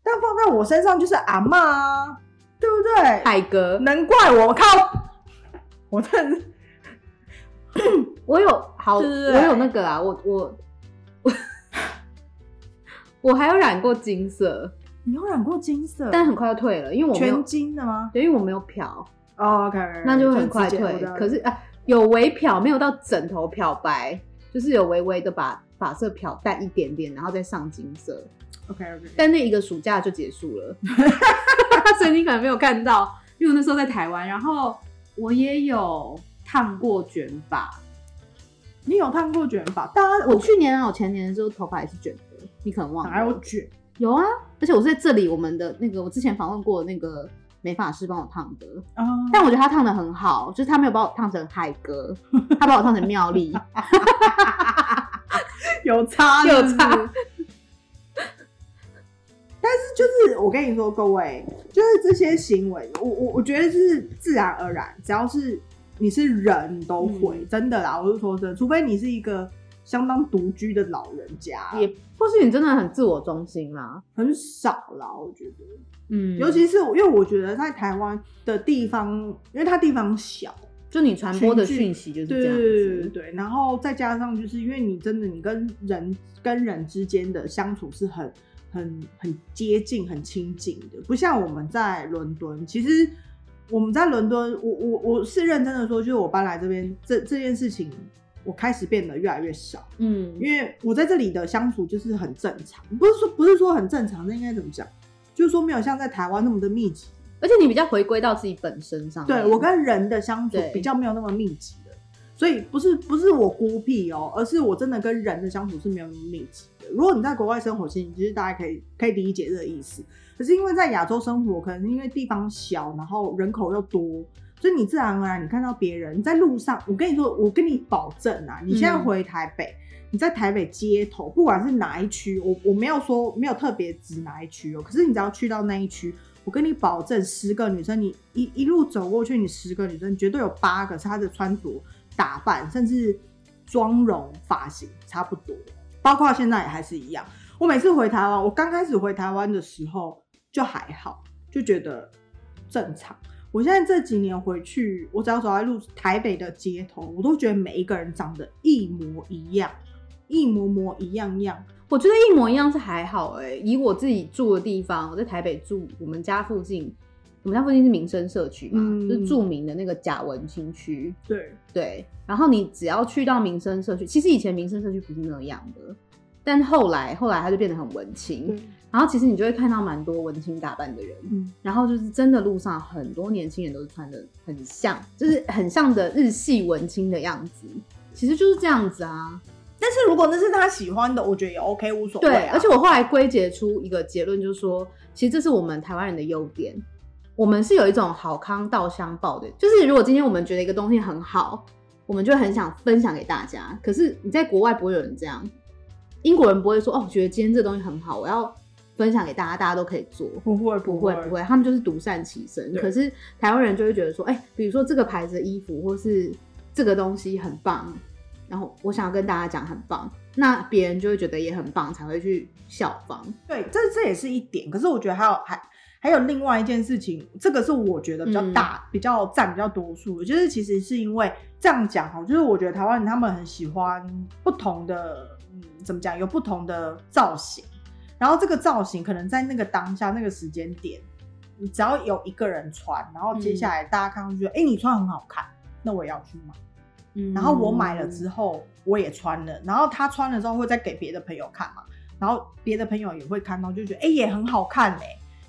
但放在我身上就是阿嬷啊，对不对？海格。能怪我靠！我真的是我有好，对对对我有那个啊，我我我 [laughs] 我还有染过金色，你有染过金色，但很快就退了，因为我没有全，金的吗？对，因为我没有漂，哦，OK，那就很快退。可是啊，有微漂，没有到枕头漂白，就是有微微的把发色漂淡一点点，然后再上金色。 OK OK，但那一个暑假就结束 [laughs] 了，所以你可能没有看到，因为我那时候在台湾，然后我也有烫过卷发，你有烫过卷发？大家我去年啊，我前年的时候头发也是卷的，你可能忘哪了。有卷？有啊，而且我是在这里我们的那个我之前访问过的那个美发师帮我烫的，啊，但我觉得他烫的很好，就是他没有把我烫成海哥，他把我烫成妙丽， [laughs] 有差有是不差 [laughs] 是就是我跟你说，各位，就是这些行为，我我我觉得是自然而然，只要是你是人，你都会、真的啦。我是说真的，除非你是一个相当独居的老人家，也或是你真的很自我中心啦。很少啦。我觉得，嗯，尤其是我因为我觉得在台湾的地方，因为它地方小，就你传播的群聚讯息就是对这样对对子，对，然后再加上就是因为你真的你跟人跟人之间的相处是很很很接近、很亲近的，不像我们在伦敦，其实。我们在伦敦，我我我是认真的说，就是我搬来这边这这件事情，我开始变得越来越少，嗯，因为我在这里的相处就是很正常，不是说不是说很正常，那应该怎么讲？就是说没有像在台湾那么的密集，而且你比较回归到自己本身上面。对我跟人的相处对比较没有那么密集的，所以不是不是我孤僻哦，而是我真的跟人的相处是没有那么密集的。如果你在国外生活，其实其实大家可以可以理解这个意思。可是因为在亚洲生活，可能是因为地方小，然后人口又多，所以你自然而然你看到别人你在路上，我跟你说，我跟你保证啊，你现在嗯回台北。你在台北街头，不管是哪一区，我我没有说没有特别指哪一区哦，可是你只要去到那一区，我跟你保证，十个女生，你一一路走过去，你十个女生绝对有八个是她的穿着、打扮，甚至妆容、发型差不多，包括现在也还是一样。我每次回台湾，我刚开始回台湾的时候就还好，就觉得正常。我现在这几年回去，我只要走在路台北的街头，我都觉得每一个人长得一模一样，一模模一样样。我觉得一模一样是还好哎、以我自己住的地方，我在台北住，我们家附近，我们家附近是民生社区嘛，嗯就是著名的那个贾文清区。对，对，然后你只要去到民生社区，其实以前民生社区不是那样的，但后来后来它就变得很文青，然后其实你就会看到蛮多文青打扮的人，嗯，然后就是真的路上很多年轻人都是穿的很像，就是很像的日系文青的样子，其实就是这样子啊。但是如果那是他喜欢的，我觉得也 OK，无所谓、对，啊。而且我后来归结出一个结论，就是说，其实这是我们台湾人的优点。我们是有一种好康道相报的，就是如果今天我们觉得一个东西很好，我们就会很想分享给大家。可是你在国外不会有人这样，英国人不会说哦，我觉得今天这东西很好，我要分享给大家，大家都可以做。不会不会不会，会，他们就是独善其身。对可是台湾人就会觉得说，哎、比如说这个牌子的衣服或是这个东西很棒，然后我想要跟大家讲很棒，那别人就会觉得也很棒，才会去效仿。对，这这也是一点。可是我觉得还有还还有另外一件事情，这个是我觉得比较大、比较占比较多数的，就是其实是因为这样讲哈，就是我觉得台湾人他们很喜欢不同的，嗯，怎么讲，有不同的造型。然后这个造型可能在那个当下那个时间点，你只要有一个人穿，然后接下来大家看到就觉得，哎、你穿很好看，那我也要去买。嗯然后我买了之后，我也穿了，然后他穿了之后会再给别的朋友看嘛，然后别的朋友也会看到，就觉得哎、诶也很好看嘞、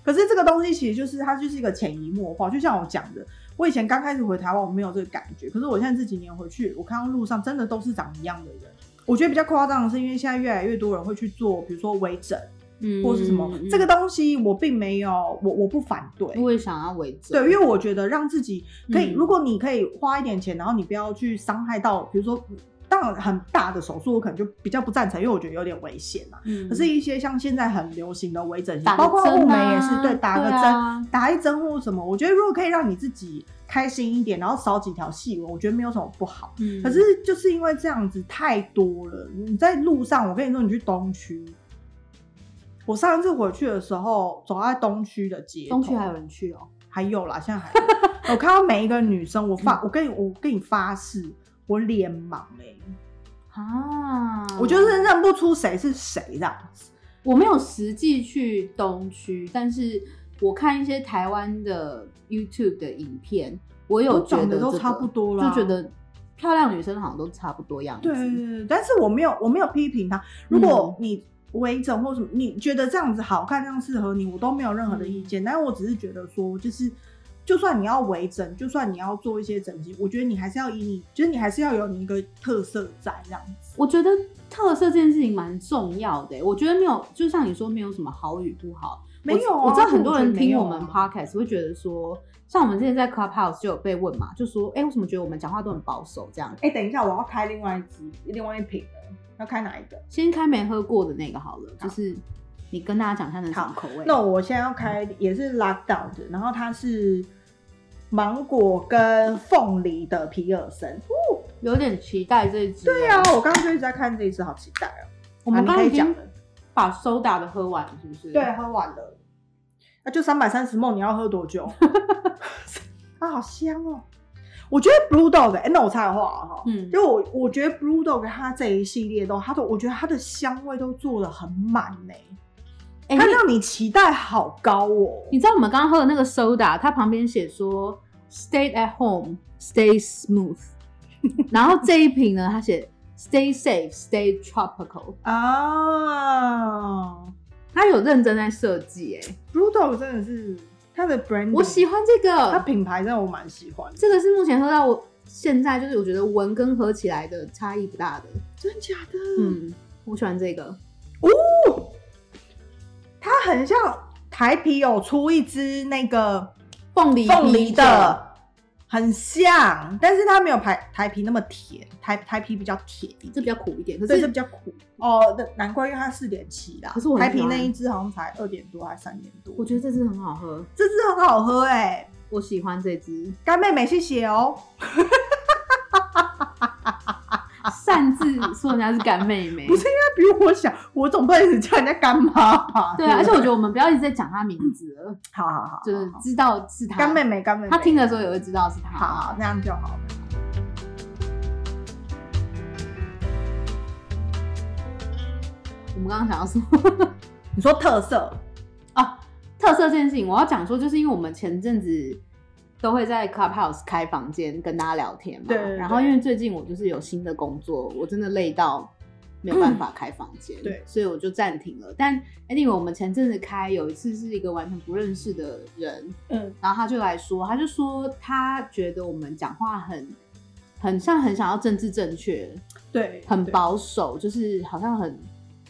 可是这个东西其实就是它就是一个潜移默化，就像我讲的，我以前刚开始回台湾我没有这个感觉，可是我现在这几年回去，我看到路上真的都是长一样的人。我觉得比较夸张的是，因为现在越来越多人会去做，比如说微整嗯或是什么，这个东西我并没有，我我不反对，我也想要为主。对，因为我觉得让自己可以，嗯如果你可以花一点钱，然后你不要去伤害到，比如说，当然很大的手术，我可能就比较不赞成，因为我觉得有点危险嘛。嗯可是，一些像现在很流行的微整形，打个包括雾针眉啊也是，对，打个对针、啊打一针或什么，我觉得如果可以让你自己开心一点，然后少几条细纹，我觉得没有什么不好。嗯可是就是因为这样子太多了，你在路上，我跟你说，你去东区，我上一次回去的时候，走在东区的街头，东区还有人去哦、还有啦，现在还 [laughs] 有。我看到每一个女生，我 [laughs] 发，我跟你，我跟你发誓，我脸盲哎、啊，我就是认不出谁是谁这样子。我没有实际去东区，但是我看一些台湾的 YouTube 的影片，我有都觉长得得、这都个差不多啦就觉得漂亮女生好像都差不多样子。嗯对对对，对但是我没有，我没有批评她。如果你微整或什嗯么，你觉得这样子好看，这样适合你，我都没有任何的意见。但是我只是觉得说，就是就算你要微整，就算你要做一些整形，我觉得你还是要以你，就是你还是要有你一个特色在这样子。我觉得特色这件事情蛮重要的欸、我觉得没有，就像你说，没有什么好与不好。没有啊我，我知道很多我人觉得没听有啊我们 podcast 会觉得说，像我们之前在 Clubhouse 就有被问嘛，就说，哎、为什么觉得我们讲话都很保守这样？哎、等一下，我要开另外一支，另外一瓶了，要开哪一个？先开没喝过的那个好了，好就是你跟大家讲一下那是什么口味。那我现在要开也是拉到的，然后它是芒果跟凤梨的皮尔森。有点期待这一支。对啊，，我刚刚就一直在看这一支，好期待哦、我们啊刚你刚可已以讲经了把 soda 的喝完了，是不是？对，啊喝完了，那、就三百三十梦，你要喝多久？ [laughs] 啊，好香哦！我觉得 Blue Dog，哎、那我插个话哈、嗯，就我我觉得 Blue Dog 它这一系列都，它都我觉得它的香味都做的很满呢、哎、它你让你期待好高哦。你知道我们刚刚喝的那个 soda，它旁边写说 stay at home, stay smooth，然后这一瓶呢，它写 stay safe, stay tropical，啊它有认真在设计哎， ，Blue Dog 真的是它的 brand，我喜欢这嗯它个，品牌，真的我蛮喜欢的。这个是目前喝到我现在就是我觉得闻跟喝起来的差异不大的，真假的？，嗯，我喜欢这个，哦，它很像台啤有出一支那个凤梨凤梨啤酒的，很像，但是它没有台台啤那么甜，台台啤比较甜一点，这比较苦一点，可所以这是比较苦哦。那难怪，因为它四点七啦。可是我很台喜啤欢那一支好像才二点多还是三点多，我觉得这支很好喝，这支很好喝哎、我喜欢这支，干妹妹谢谢哦。擅自说人家是干妹 [laughs] 妹，不是那比我想，我总不能一直叫人家干妈吧？对啊，而不且我觉得我们不要一直在讲她名字了。好好好，就是好知道是他。干妹，妹，干妹妹，他听的时候也会知道是他。好，那样就好了。我们刚刚讲到什么你说特色，啊？特色这件事情，我要讲说，就是因为我们前阵子都会在 Clubhouse 开房间跟大家聊天嘛。对对对然后因为最近我就是有新的工作，我真的累到没有办法开房间，嗯对所以我就暂停了。但 anyway，我们前阵子开有一次是一个完全不认识的人，嗯，然后他就来说，他就说他觉得我们讲话很很像很想要政治正确，对，很对。保守，就是好像很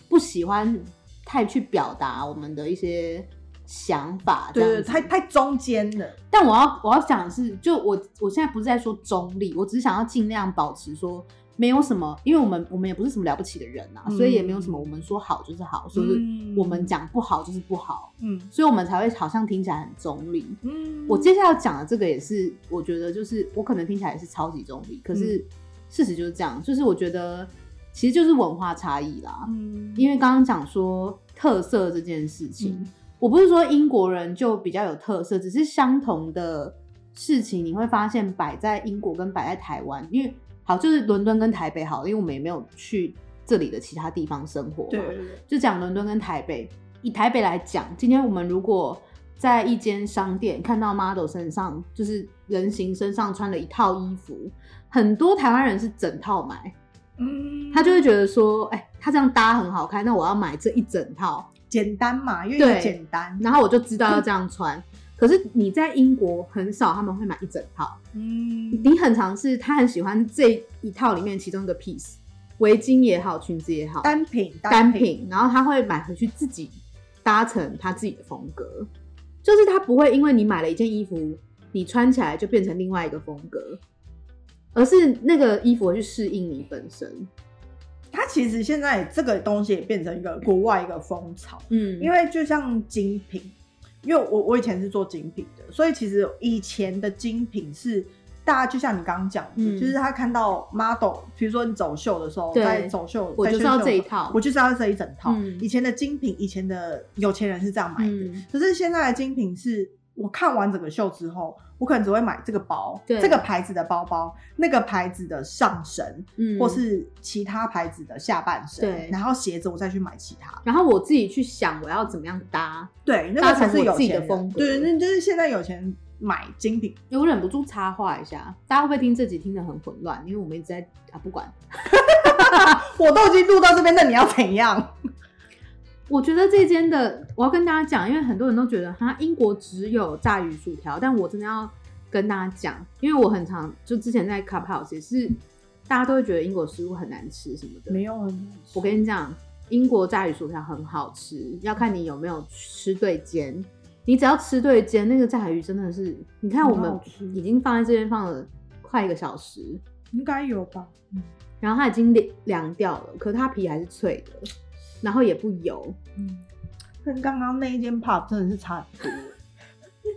不喜欢太去表达我们的一些想法这对样对，子。太太中间了。但我要我要讲的是，就我我现在不是在说中立，我只是想要尽量保持说没有什么，因为我们我们也不是什么了不起的人啊，嗯所以也没有什么我们说好就是好，所以嗯我们，讲不好就是不好，嗯所以我们才会好像听起来很中立。嗯我接下来要讲的这个也是，我觉得就是我可能听起来是超级中立，可是嗯事实就是这样，就是我觉得其实就是文化差异啦。嗯因为刚刚讲说特色这件事情，嗯我不是说英国人就比较有特色，只是相同的事情你会发现摆在英国跟摆在台湾，因为好就是伦敦跟台北好了，因为我们也没有去这里的其他地方生活嘛，对对对就讲伦敦跟台北。以台北来讲，今天我们如果在一间商店看到 model 身上就是人形身上穿了一套衣服，很多台湾人是整套买，嗯他就会觉得说，哎、他这样搭很好看，那我要买这一整套，简单嘛，因为对要简单。然后我就知道要这样穿。可是你在英国很少他们会买一整套，嗯，你很常是他很喜欢这一套里面其中一个 piece，围巾也好，裙子也好，单品单，品，然后他会买回去自己搭成他自己的风格，就是他不会因为你买了一件衣服，你穿起来就变成另外一个风格，而是那个衣服会去适应你本身。它其实现在这个东西也变成一个国外一个风潮，嗯因为就像精品，因为我我以前是做精品的，所以其实以前的精品是。大家就像你刚刚讲的，嗯就是他看到 model，比如说你走秀的时候，对在走秀，我在就是选要秀这一的时候套我就是要这一整套。嗯以前的精品，以前的有钱人是这样买的，嗯，可是现在的精品是我看完整个秀之后，我可能只会买这个包，对这个牌子的包包，那个牌子的上身，嗯或是其他牌子的下半身，对然后鞋子我再去买其他，然后我自己去想我要怎么样搭，对，那搭个才成是我有自己钱的人风格对，那就是现在有钱人买精品，欸我忍不住插话一下，大家会不会听这集听得很混乱？因为我们一直在啊，不管， [laughs] 我都已经录到这边，那你要怎样？我觉得这间的，我要跟大家讲，因为很多人都觉得哈，英国只有炸鱼薯条，但我真的要跟大家讲，因为我很常就之前在 Clubhouse 也是，大家都会觉得英国食物很难吃什么的。没有很，啊我跟你讲，英国炸鱼薯条很好吃，要看你有没有吃对煎。你只要吃对煎，那个炸鱼真的是，你看我很们好吃已经放在这边放了快一个小时，应该有吧？然后它已经凉凉掉了，可它皮还是脆的，然后也不油。嗯，跟刚刚那一间 pub 真的是差很多，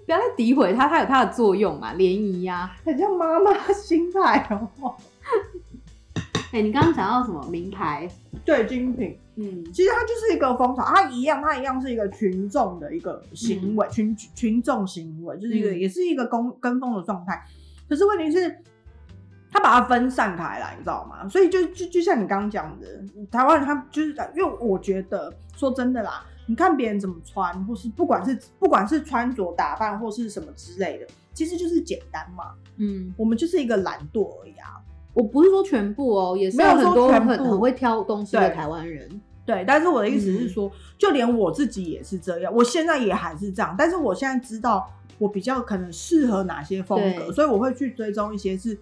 不要再诋毁它，它有它的作用嘛，啊联谊呀。很像妈妈心态哦。哎、你刚刚讲到什么名牌？对，精品嗯，其实它就是一个风潮，它一样，它一样是一个群众的一个行为，群群众行为，就是一个、嗯也是一个跟跟风的状态。可是问题是，它把它分散开来，你知道吗？所以就就就像你刚刚讲的，台湾人他就是呃因为我觉得说真的啦，你看别人怎么穿，或是不管是不管是穿着打扮或是什么之类的，其实就是简单嘛，嗯，我们就是一个懒惰而已啊。我不是说全部哦，也是没有有很多说全部很很会挑东西的对台湾人。对，但是我的意嗯思是说，就连我自己也是这样，我现在也还是这样，但是我现在知道我比较可能适合哪些风格，对所以我会去追踪一些是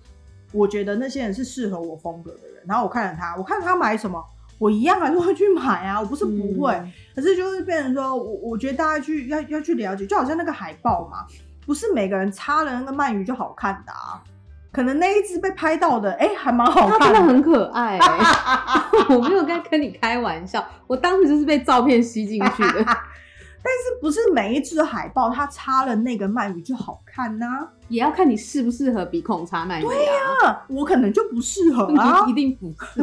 我觉得那些人是适合我风格的人，然后我看了他，我看他买什么，我一样还是会去买啊，我不是不会，嗯可是就是变成说我我觉得大家去要要去了解，就好像那个海报嘛，不是每个人插了那个鳗鱼就好看的啊，可能那一只被拍到的，哎、还蛮好他看真的的。很可爱、哎 [laughs] 我没有在跟你开玩笑，我当时就是被照片吸进去 [laughs] 的。但是不是每一只海报它插了那个鳗鱼就好看呐、也要看你适不适合鼻孔插鳗鱼啊。那我可能就不适合啊 [laughs] 你一。定不是，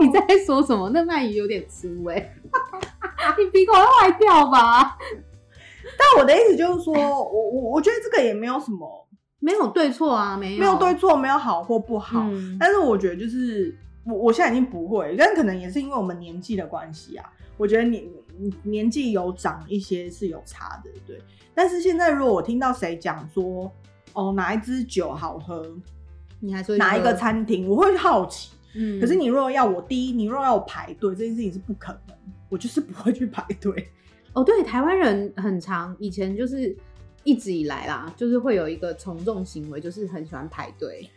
你在说什么？那鳗鱼有点粗哎、 [laughs] 你鼻孔要坏掉吧？但我的意思就是说，我我我觉得这个也没有什么，没有对错啊，没有没有对错，没有好或不好。嗯但是我觉得就是我我现在已经不会，但可能也是因为我们年纪的关系啊。我觉得你你年纪有长一些是有差的，对。但是现在如果我听到谁讲说哦哪一支酒好喝，你还说哪一个？餐厅，我会好奇。嗯可是你如果要我第一，你如果要我排队这件事情是不可能，我就是不会去排队。哦，对，台湾人很常以前就是一直以来啦，就是会有一个从众行为，就是很喜欢排队，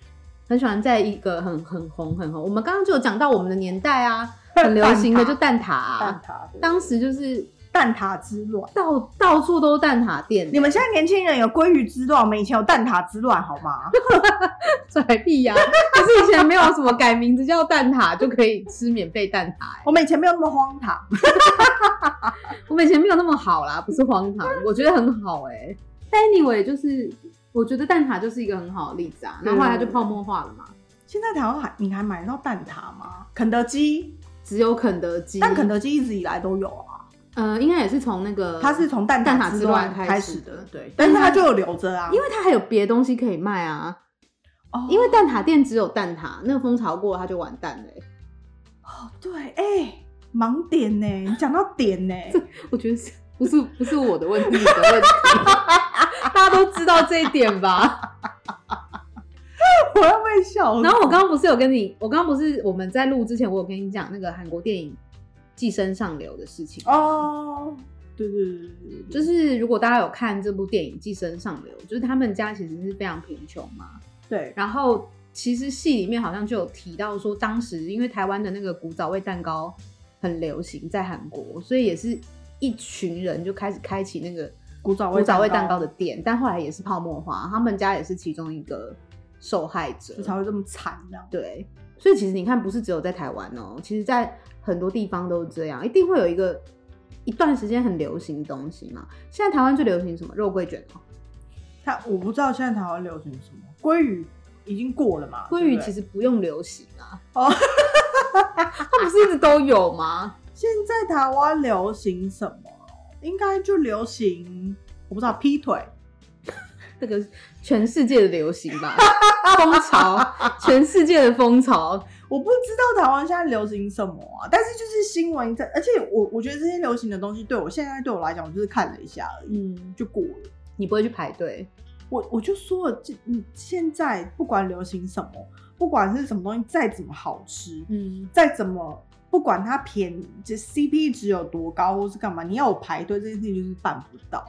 很喜欢在一个很很红很红。我们刚刚就有讲到我们的年代啊，很流行的就蛋挞啊、蛋挞，当时就是蛋挞之乱。到到处都是蛋挞店，你们现在年轻人有鲑鱼之乱，我们以前有蛋挞之乱，好吗？拽屁 [laughs] 呀、可啊是以前没有什么改名字叫蛋挞就可以吃免费蛋挞、欸，我们以前没有那么荒唐。我们以前没有那么好啦，不是荒唐，我觉得很好哎、但嗯 anyway，就是我觉得蛋挞就是一个很好的例子啊，然后后来它就泡沫化了嘛。现在台湾还你还买得到蛋挞吗？肯德基，只有肯德基，但肯德基一直以来都有啊，呃，应该也是从那个，它是从蛋蛋挞挞之之乱乱开开始始的的，对。但但是是它它就有留着啊，因为它还有别的东西可以卖啊，哦因为蛋挞店只有蛋挞，那个风潮过了它就完蛋了欸、哦对，哎、盲点呢、你讲到点 [laughs] 呢、 [laughs] 我觉得是不是不是我的问题，你的 [laughs] 问题，大家都知道这一点 [laughs] 吧？我要被笑死。然后我刚刚不是有跟你，我刚刚不是我们在录之前，我有跟你讲那个韩国电影《寄生上流》的事情，哦，对对对对对，就是是如果大家有看这部电影《寄生上流》，就是他们家其实是非常贫穷嘛，对，然后其实戏里面好像就有提到说，当时因为台湾的那个古早味蛋糕很流行在韩国，所以也是一群人就开始开启那个古早味古早味蛋糕的，的店，但后来也是泡沫化，他们家也是其中一个受害者就。才会这么惨这样。对，所以其实你看，不是只有在台湾哦、其实在很多地方都是这样，一定会有一个一段时间很流行的东西嘛。现在台湾最流行什么？肉桂卷哦、他我不知道现在台湾流行什么，鲑鱼已经过了嘛？鲑对鱼不对其实不用流行啊，哦， [laughs] 它不是一直都有吗？现在台湾流行什么？应该就流行我不哦知道劈腿，这个是全世界的流行吧，风潮，全世界的风潮。我不知道台湾现在流行什么啊。但是就是新闻在，而且我我觉得这些流行的东西对我现在对我来讲，我就是看了一下而已嗯，就过了。你不会去排队，我我就说了，这你现在不管流行什么，不管是什么东西，再怎么好吃，嗯，再怎么不管它便宜，这 CP 值有多高或是干嘛，你要我排队这件事情就是办不到，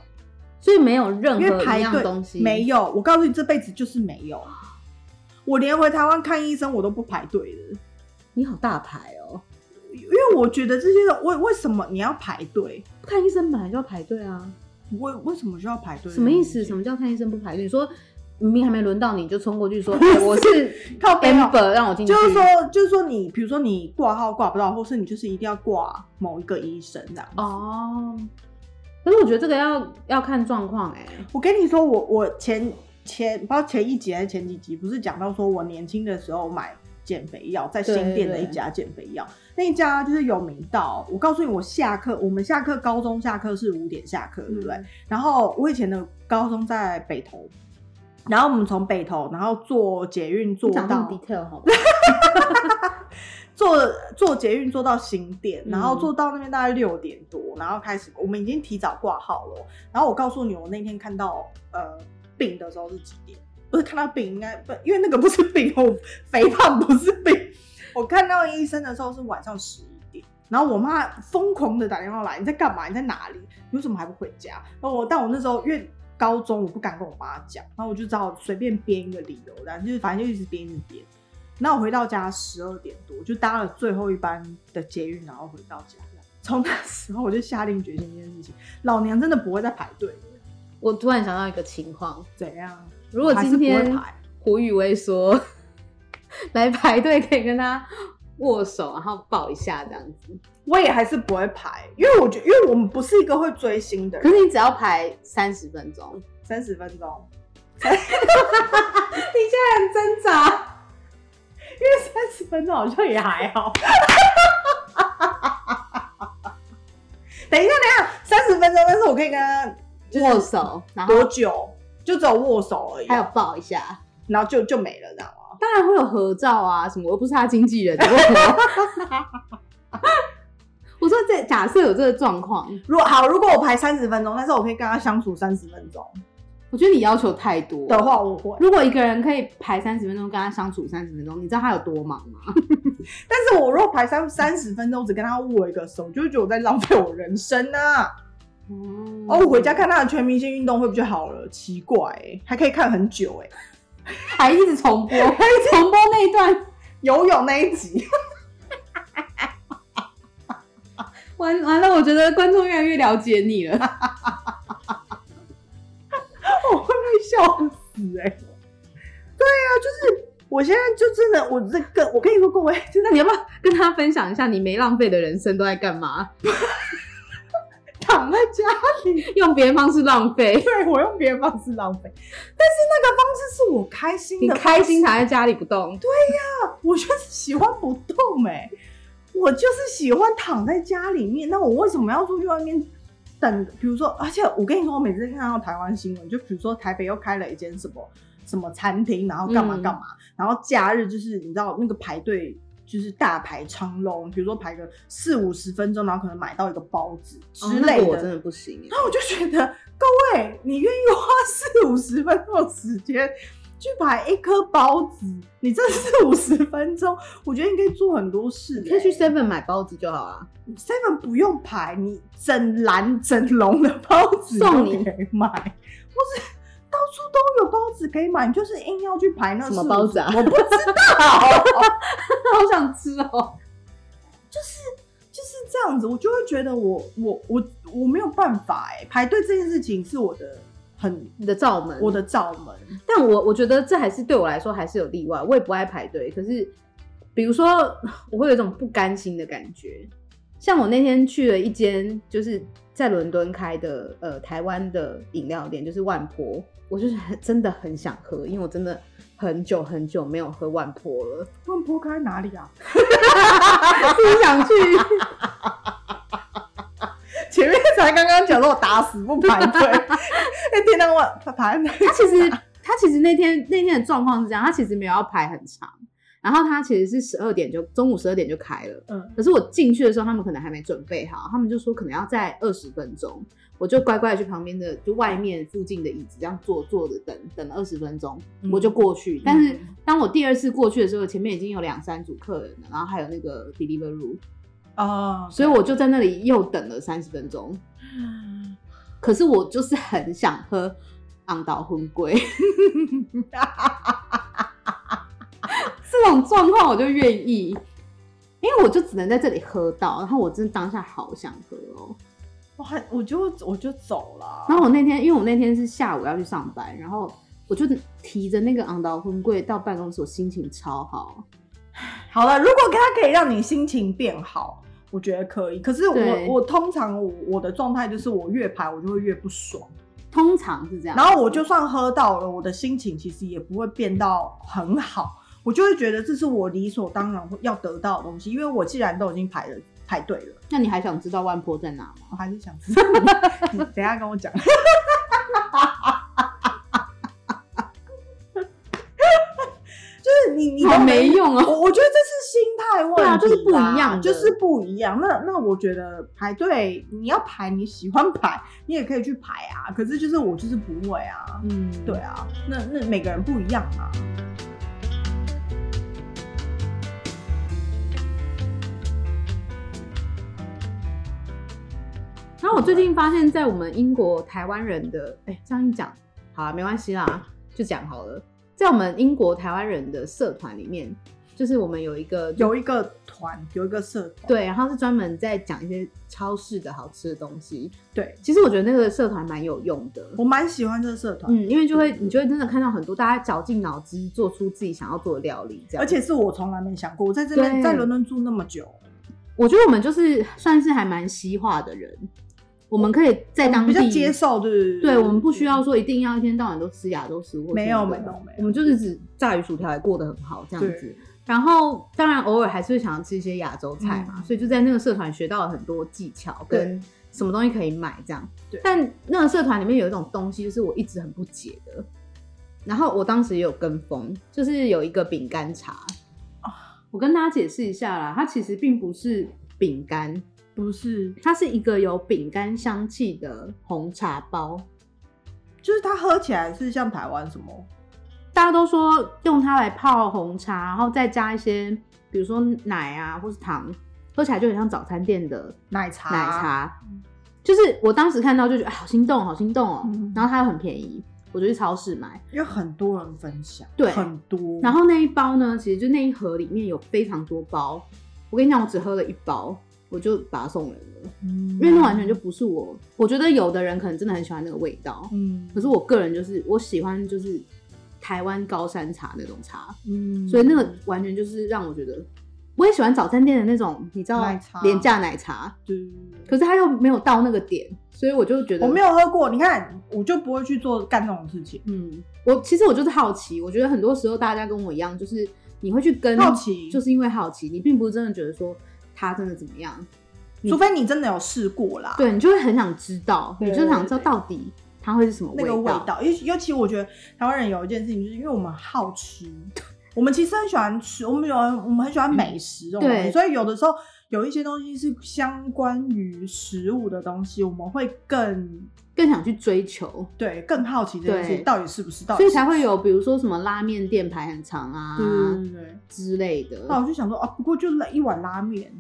所以没有任因为何排嗯一样队东西没有。我告诉你，这辈子就是没有。我连回台湾看医生我都不排队的，你好大牌哦！因为我觉得这些人为为什么你要排队？看医生本来就要排队啊，为为什么需要排队？什么意思？什么叫看医生不排队？你说明明还没轮到你，你就冲过 [laughs] 去说、哎我是靠背哦 amber，让我进去。就是说，就是说你，比如说你挂号挂不到，或是你就是一定要挂某一个医生这样。哦，可是我觉得这个要要看状况哎。我跟你说，我我前前不知道前一集还是前几集，不是讲到说我年轻的时候买减肥药，在新店的一家减肥药，那一家就是有名到，我告诉你，我下课，我们下课，高中下课是五点下课，对不嗯对？然后我以前的高中在北投，然后我们从北投，然后坐捷运坐你讲这么到 detail 好吧？ [laughs] 坐坐捷运坐到新店，嗯然后坐到那边大概六点多，然后开始我们已经提早挂号了。然后我告诉你，我那天看到呃病的时候是几点？不是看到病，应该不，因为那个不是病，我肥胖不是病。我看到医生的时候是晚上十一点，然后我妈疯狂的打电话来，你在干嘛？你在哪里？你为什么还不回家？然后我但我那时候因为高中，我不敢跟我妈讲，然后我就只好随便编一个理由，然后就是反正就一直编一直编。那我回到家十二点多，就搭了最后一班的捷运，然后回到家。从那时候我就下定决心这件事情，老娘真的不会再排队了。我突然想到一个情况，怎样？如果还是今不会天排胡宇威说 [laughs] 来排队，可以跟他握手，然后抱一下这样子。我也还是不会排，因为我觉得，因为我们不是一个会追星的可人。是你只要排三十分钟，三十分钟，你现在很挣扎。因为三十分钟好像也还好。 [laughs] 等一下，等一下，三十分钟，但是我可以跟他握手，然后多久？就只有握手而已，啊啊还有抱一下，然后就就没了，知道吗？当然会有合照啊什么，又不是他经纪人，你 [laughs] 为什么？我说这假设有这个状况，如果好，如果我排三十分钟，但是我可以跟他相处三十分钟我觉得你要求太多的话，我会。如果一个人可以排三十分钟跟他相处三十分钟，你知道他有多忙吗？但是我如果排三三十分钟，只跟他握一个手，我就会觉得我在浪费我人生啊。嗯哦，我回家看他的全明星运动会不就好了？奇怪、欸，还可以看很久哎、还一直 [laughs] 重播，重播那一段，游泳那一集，完完了，我觉得观众越来越了解 [laughs] 你了。哦我会被笑死哎、对啊，就是我现在就真的，我这个我跟你说，各位， [laughs] 真的那你要不要跟他分享一下你没浪费的人生都在干嘛？ [laughs] 躺在家里， [laughs] 用别的方式浪费，对我用别的方式浪费，但是那个方式是啊我开心你的，开心躺在家里不动。我就是喜欢不动哎、我就是喜欢躺在家里面。那我为什么要出去外面等？比如说，而且我跟你说，我每次看到台湾新闻，就比如说台北又开了一间什么什么餐厅，然后干嘛嗯干嘛，然后假日就是你知道那个排队。就是大排长龙，比如说排个四五十分钟，然后可能买到一个包子之哦那类个我的，真的不行耶，然后我就觉得，各位，你愿意花四五十分钟的时间去排一颗包子，你这四五十分钟，我觉得你可以做很多事、你可以去 Seven 买包子就好啊了。 seven 不用排，你整篮整笼的包子送都你可以买，或是到处都有包子可以买，你就是硬要去排那什么45包子啊我不知 [laughs] 道。好想吃哦！就是这样子，我就会觉得我我我我没有办法哎、排队这件事情是我的很你的罩门，我的罩门，但我我觉得这还是对我来说还是有例外，我也不爱排队。可是，比如说，我会有一种不甘心的感觉。像我那天去了一间就是在伦敦开的呃台湾的饮料店，就是万坡，我就是很真的很想喝，因为我真的很久很久没有喝万坡了，问拨开哪里啊？就是想去。 [laughs] 前面才刚刚 [laughs] 讲说我打死不排 [laughs] 队，那听到我他排队，他其实他其实那天那天的状况是这样，他其实没有要排很长，然后他其实是十二点就中午十二点就开了。嗯，可是我进去的时候，他们可能还没准备好，他们就说可能要在二十分钟，我就乖乖的去旁边的就外面附近的椅子这样坐坐着等，等了二十分钟、嗯我就过去。但是当我第二次过去的时候，前面已经有两三组客人了，然后还有那个 delivery， [laughs] 啊，所以我就在那里又等了三十分钟。可是我就是很想喝昂岛荤龟，这种状况我就愿意，因为我就只能在这里喝到，然后我真的当下好想喝哦。我还我就我就走了，然后我那天，因为我那天是下午要去上班，然后我就提着那个昂岛荤龟到办公室，我心情超好。好了，如果它可以让你心情变好，我觉得可以。可是我对我通常我我的状态就是我越排我就会越不爽，通常是这样，然后我就算喝到了，我的心情其实也不会变到很好，我就会觉得这是我理所当然会要得到的东西，因为我既然都已经排了排队了，那你还想知道万坡在哪吗？我还是想吃。你等一下跟我讲。 [laughs] 就是你，你都好没用哦。我我觉得这是心态问题啦，对啊就是不一样的就是不一样。那那我觉得排队，你要排你喜欢排，你也可以去排啊。可是就是我就是不会啊，嗯，对啊，那那每个人不一样嘛。然后我最近发现，在我们英国台湾人的，哎、这样一讲，好啊，没关系啦，就讲好了。在我们英国台湾人的社团里面，就是我们有一个有一个团，有一个社团，对，然后是专门在讲一些超市的好吃的东西。对其实我觉得那个社团蛮有用的，我蛮喜欢这个社团，嗯，因为就会你就会真的看到很多大家绞尽脑汁做出自己想要做的料理，这样。而且是我从来没想过，我在这边对在伦敦住那么久，我觉得我们就是算是还蛮西化的人，我们可以在当哦比地较接受，对对对，我们不需要说一定要一天到晚都吃亚洲食物。嗯没有或没是有什么的没有我们就是只炸鱼薯条也过得很好这样子对。然后当然偶尔还是会想要吃一些亚洲菜嘛，嗯所以就在那个社团学到了很多技巧跟对什么东西可以买这样对。但那个社团里面有一种东西，就是我一直很不解的。然后我当时也有跟风，就是有一个饼干茶，哦我跟大家解释一下啦，它其实并不是饼干，不是，它是一个有饼干香气的红茶包。就是它喝起来是像台湾什么，大家都说用它来泡红茶，然后再加一些，比如说奶啊，或是糖，喝起来就很像早餐店的奶茶奶茶。就是我当时看到就觉得、啊、好心动，好心动哦、嗯然后它又很便宜，我就去超市买。因为很多人分享，对很多，然后那一包呢，其实就那一盒里面有非常多包。我跟你讲，我只喝了一包，我就把它送人了，嗯因为那完全就不是我。我觉得有的人可能真的很喜欢那个味道，嗯，可是我个人就是我喜欢就是台湾高山茶那种茶。嗯，所以那个完全就是让我觉得，我也喜欢早餐店的那种，你知道奶茶廉价奶茶，对可是它又没有到那个点，所以我就觉得我没，有喝过，你看我就不会去做干这种事情。嗯，我其实我就是好奇，我觉得很多时候大家跟我一样，就是你会去跟好奇就是因为好奇，你并不是真的觉得说它真的怎么啊样，除非你真的有试过啦，对你就会很想知道，对你就想知道到底它会是什么那个味道，道，尤尤其我觉得台湾人有一件事情，就是因为我们好吃，我们其实很喜欢吃，我们有我们很喜欢美食这种东西，对所以有的时候有一些东西是相关于食物的东西，我们会更更想去追求。对更好奇这件事对情到底是不是，到底所以是不才会是有，比如说什么拉面店排很长啊对对对对。之类的，那我就想说啊，不过就一碗拉面，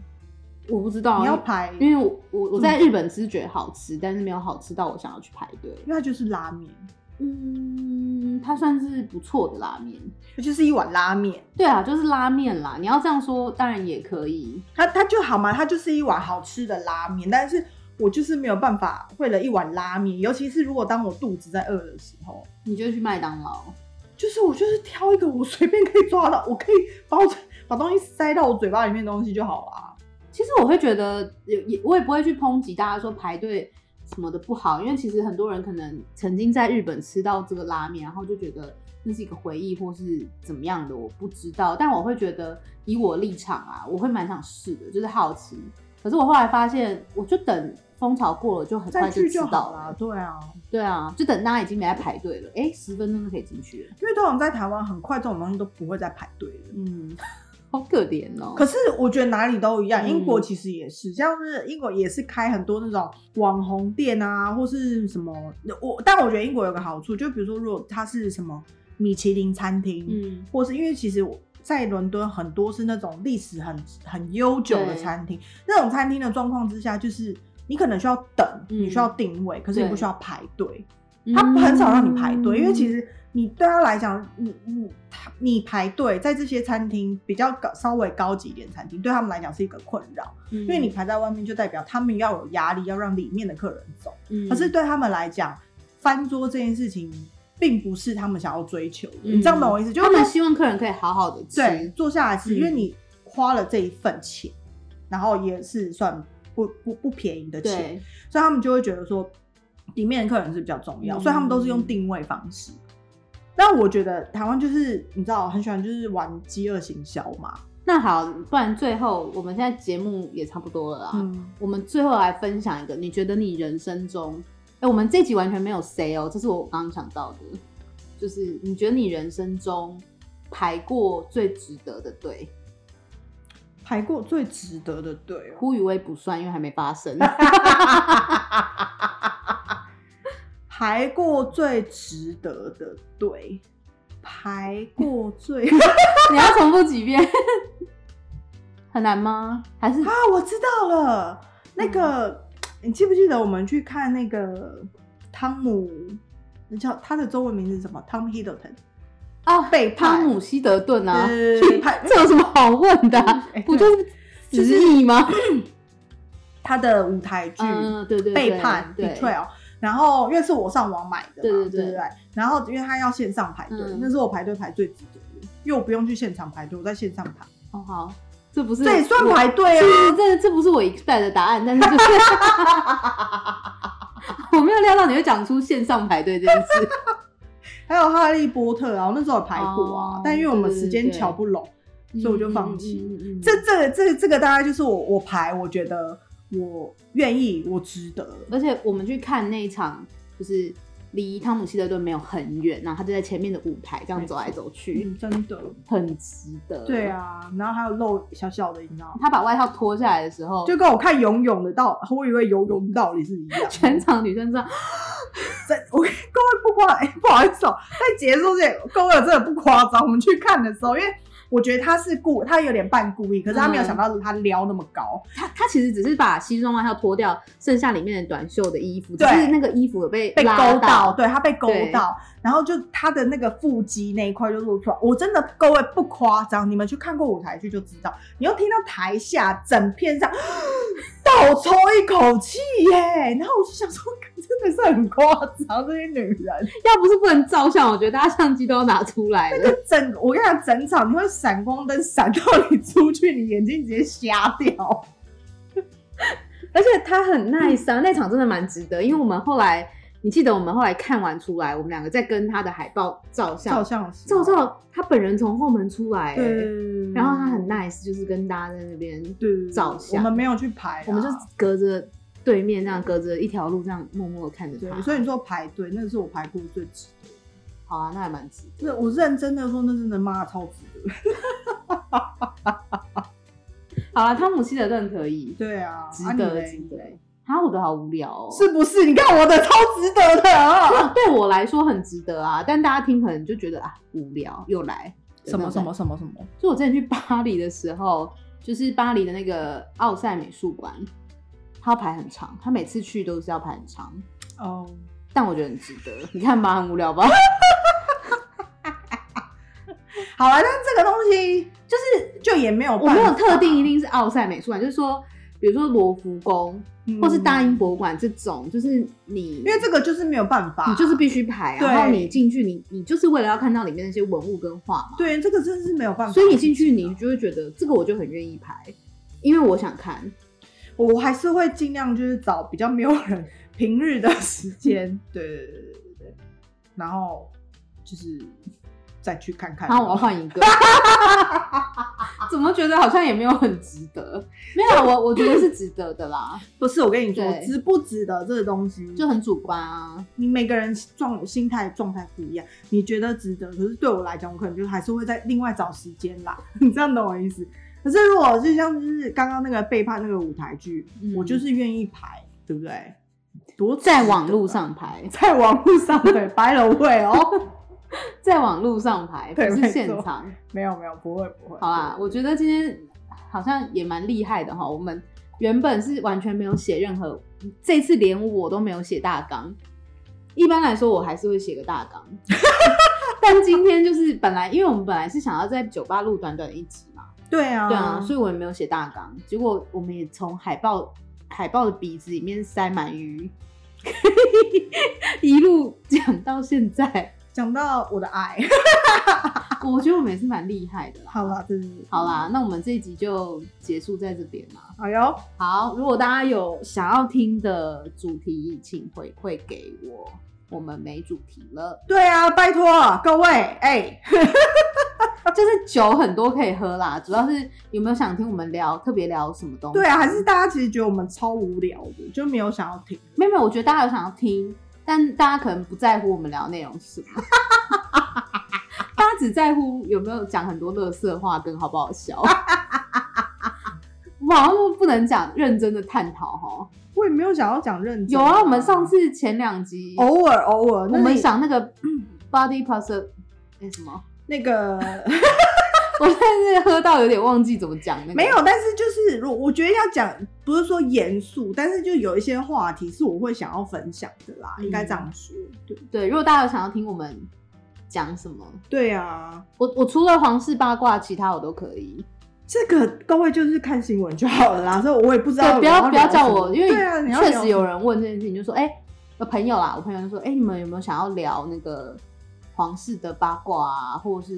我不知道啊，你要排，因因为为我我我在日本只是觉得好吃，但是没有好吃到我想要去排队。它就是拉面，嗯，它算是不错的拉面。它就是一碗拉面，对啊，就是拉面啦。你要这样说，当然也可以。它它就好嘛，它就是一碗好吃的拉面，但是我就是没有办法为了一碗拉面，尤其是如果当我肚子在饿的时候，你就去麦当劳，就是我就是挑一个我随便可以抓到，我可以把我把东西塞到我嘴巴里面的东西就好啦。其实我会觉得也也我也不会去抨击大家说排队什么的不好，因为其实很多人可能曾经在日本吃到这个拉面，然后就觉得那是一个回忆或是怎么样的，我不知道。但我会觉得以我立场啊，我会蛮想试的，就是好奇。可是我后来发现，我就等风潮过了，就很再快去知就道好啦了。。对啊，对啊，就等大家已经没在排队了，哎，十分钟就可以进去了。因为通常在台湾很快这种东西都不会再排队了。嗯，好可怜哦。可是我觉得哪里都一样，嗯英国其实也是，像是英国也是开很多那种网红店啊，或是什么。我但我觉得英国有个好处，就比如说如果它是什么米其林餐厅，嗯，或是因为其实我在伦敦很多是那种历史很很悠久的对餐厅，那种餐厅的状况之下，就是你可能需要等，你需要定位，可是你不嗯对需要排队。他他很少让你排队，因为嗯其实你对他来讲，你你他你排队在这些餐厅比较高稍微高级一点餐厅，对他们来讲是一个困扰，因因为你排在外面就代表他们要有压力，要让里面的客人走。你可是对他们来讲，翻桌这件事情并不是他们想要追求的，嗯你知道懂我意思？就他是们说希望客人可以好好的吃，对坐下来吃，嗯因为你花了这一份钱，然后也是算不不不便宜的钱，对，所以他们就会觉得说，里面的客人是比较重要，嗯所以他们都是用定位方式。那我觉得台湾就是你知道很喜欢就是玩饥饿行销嘛，那好，不然最后我们现在节目也差不多了啊，嗯，我们最后来分享一个，你觉得你人生中，哎、我们这集完全没有 say 哦，这是我刚刚想到的，就是你觉得你人生中排过最值得的队，排过最值得的队哦，呼与威不算，因为还没发 [laughs] 生。排过最值得的队，排过 [laughs] 最啊你要重复几遍？ [laughs] 很难吗？还是啊，我知道了，那嗯个、你记不记得我们去看那个汤姆？那叫他的中文名字是什么？Tom Hiddleston 啊，背叛汤姆希德顿啊，对去排这有什么好问的啊、哎不就是就就是是你吗？他的舞台剧，嗯，对对对，背叛对 betrayal，然后因为是我上网买的嘛，对对对对不对？然后因为他要线上排队，嗯那是我排队排最值得的，因为我不用去现场排队，我在线上排，哦好，这不是这也算我排队啊。是这这不是我 expect 的答案，但是就是 [laughs] 我没有料到你会讲出线上排队这件事。还有哈利波特啊，我那时候有排过啊，哦但因为我们时对间对对瞧不拢， [laughs] 所以我就放弃。嗯。嗯嗯嗯这这个这个这个大概就是我我排，我觉得我愿意，我值得。而且我们去看那一场，就是离汤姆希德顿没有很远，然后他就在前面的舞台这样走来走去，嗯，真的，很值得。对，啊。然后还有露小小的，你知道，他把外套脱下来的时候，就跟我看游泳的道，我以为游泳的道理是一样的。全场女生这样，真， [laughs] 我跟各位不夸、哎，不好意思哦、在结束之前，各位真的不夸张。我们去看的时候，因为我觉得他是故，他有点半故意，可是他没有嗯想到他撩那么高，他他其实只是把西装外套脱掉，剩下里面的短袖的衣服，只对是那个衣服有被被拉勾到，到，对他被勾对到，然后就他的那个腹肌那一块就露出来。我真的各位不夸张，你们去看过舞台剧就知道，你又听到台下整片上倒抽一口气耶，然后我就想说， [laughs] 真的是很夸张，这些女人。要不是不能照相，我觉得大家相机都要拿出来了。整我跟你讲，整场你会闪光灯闪到你出去，你眼睛直接瞎掉。而且他很 nice 啊，那场真的蛮值得，因为我们后来，你记得我们后来看完出来，我们两个在跟他的海报照相，相时照，照他本人从后门出来、欸，对，然后他很 nice，就是跟大家在那边，对照相我们没有去排啦，我们就隔着对面这样，隔着一条路这样默默的看着他对，，啊所以你说排队，那是我排过最值得。好啊，那还蛮值那我认真的说，那真的妈超值得。得。好了，汤姆希德顿可以，对啊，值啊得，值你得嘞。他我的好无聊哦，是不是？你看我的超值得的 [laughs] 啊！对我来说很值得啊，但大家听可能就觉得啊无聊，又来有那种感觉什么什么？就我之前去巴黎的时候，就是巴黎的那个奥赛美术馆，它要排很长，它每次去都是要排很长，哦，但我觉得很值得。你看吧，很无聊吧？好了，但这个东西就是就也没有办 [laughs] 我法，没有特定一定是奥赛美术馆，就是说，比如说罗浮宫嗯或是大英博物馆这种，就是你因为这个就是没有办法，你就是必须排啊，对然后你进去你你就是为了要看到里面那些文物跟画嘛，对这个真的是没有办法。所以你进去你就会觉得这个我就很愿意排，因为我想看。我还是会尽量就是找比较没有人平日的时间，嗯 [laughs] 对对对对对对，然后就是再去看看。然后我要换一 [laughs] 个，怎么觉得好像也没有很值得？没有啊，我我觉得是值得的啦，不是我跟你说，对值不值得这个东西，就就很主观啊。你每个人状心态状态不一样，你觉得值得，可是对我来讲，我可能就还是会在另外找时间啦。 [laughs] 你这样懂我意思？可是如果就像就是刚刚那个背叛那个舞台剧，嗯我就是愿意排，对不对？多值得在网络上排，在网络上对白了会哦。 [laughs] [laughs] 在网路上排，不对是没现错场。没有没有，不会不会。好啦，我觉得今天好像也蛮厉害的哈。我们原本是完全没有写任何，这次连我都没有写大纲。一般来说，我还是会写个大 [laughs] 纲，但今天就是本来，因为我们本来是想要在酒吧录短短一集嘛，对啊，对啊，所以我也没有写大纲。结果我们也从海报海报的鼻子里面塞满鱼， [laughs] 一路讲到现在，啊讲到我的爱， [laughs] 我觉得我们也是蛮厉害的啦。好啦，真是好，啦，嗯那我们这一集就结束在这边啦。哎呦，好，如果大家有想要听的主题，请回馈给我。我们没主题了，对啊，拜托各位，哎、哦就是酒很多可以喝啦，主要是有没有想听我们聊特别聊什么东西？对啊，还是大家其实觉得我们超无聊的，就没有想要听。没有没有，我觉得大家有想要听，但大家可能不在乎我们聊内容是什么， [laughs] 大家只在乎有没有讲很多乐色话跟好不好笑。 [laughs] 我好像不能讲认真的探讨哈。我也没有想要讲认真。有啊，我们上次前两集偶尔偶尔，我哦那们你想那个嗯 body positive，那、什么？ [laughs] 那个我现在是喝到有点忘记怎么讲那个。没有，但是就是如我觉得要讲，不是说严肃，但是就有一些话题是我会想要分享的啦，嗯应该这样说。对对，如果大家有想要听我们讲什么，对啊，我我除了皇室八卦，其他我都可以。这个各位就是看新闻就好了啦，所 [laughs] 以我也不知道对，我不要要聊不要叫什么我，因为对啊，你要确聊实有什么人问这件事情，就说哎、我朋友啦，我朋友就说哎、你们有没有想要聊那个皇室的八卦啊，或是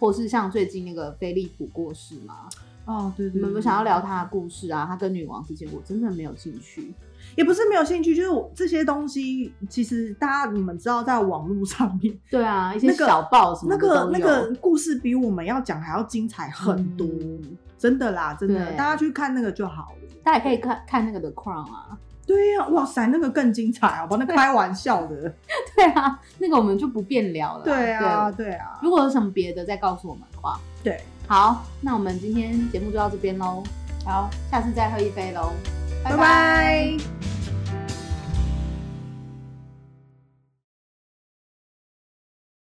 或是像最近那个菲利普过世嘛，哦，对对你对，们有没有想要聊他的故事啊？他跟女王之间，我真的没有兴趣。也不是没有兴趣，就是我这些东西，其实大家你们知道，在网络上面，对啊，一些那个小报什么那的都个有。那个故事比我们要讲还要精彩很多，嗯真的啦，真的，对大家去看那个就好了。大家也可以看看那个的 Crown 啊， [laughs] 对呀、哇塞，那个更精彩，好吧？那开玩笑 [laughs] 的，对啊，那个我们就不便聊了。对啊，，对啊，如果有什么别的再告诉我们好不好？对，好，那我们今天节目就到这边喽，好，下次再喝一杯喽，拜拜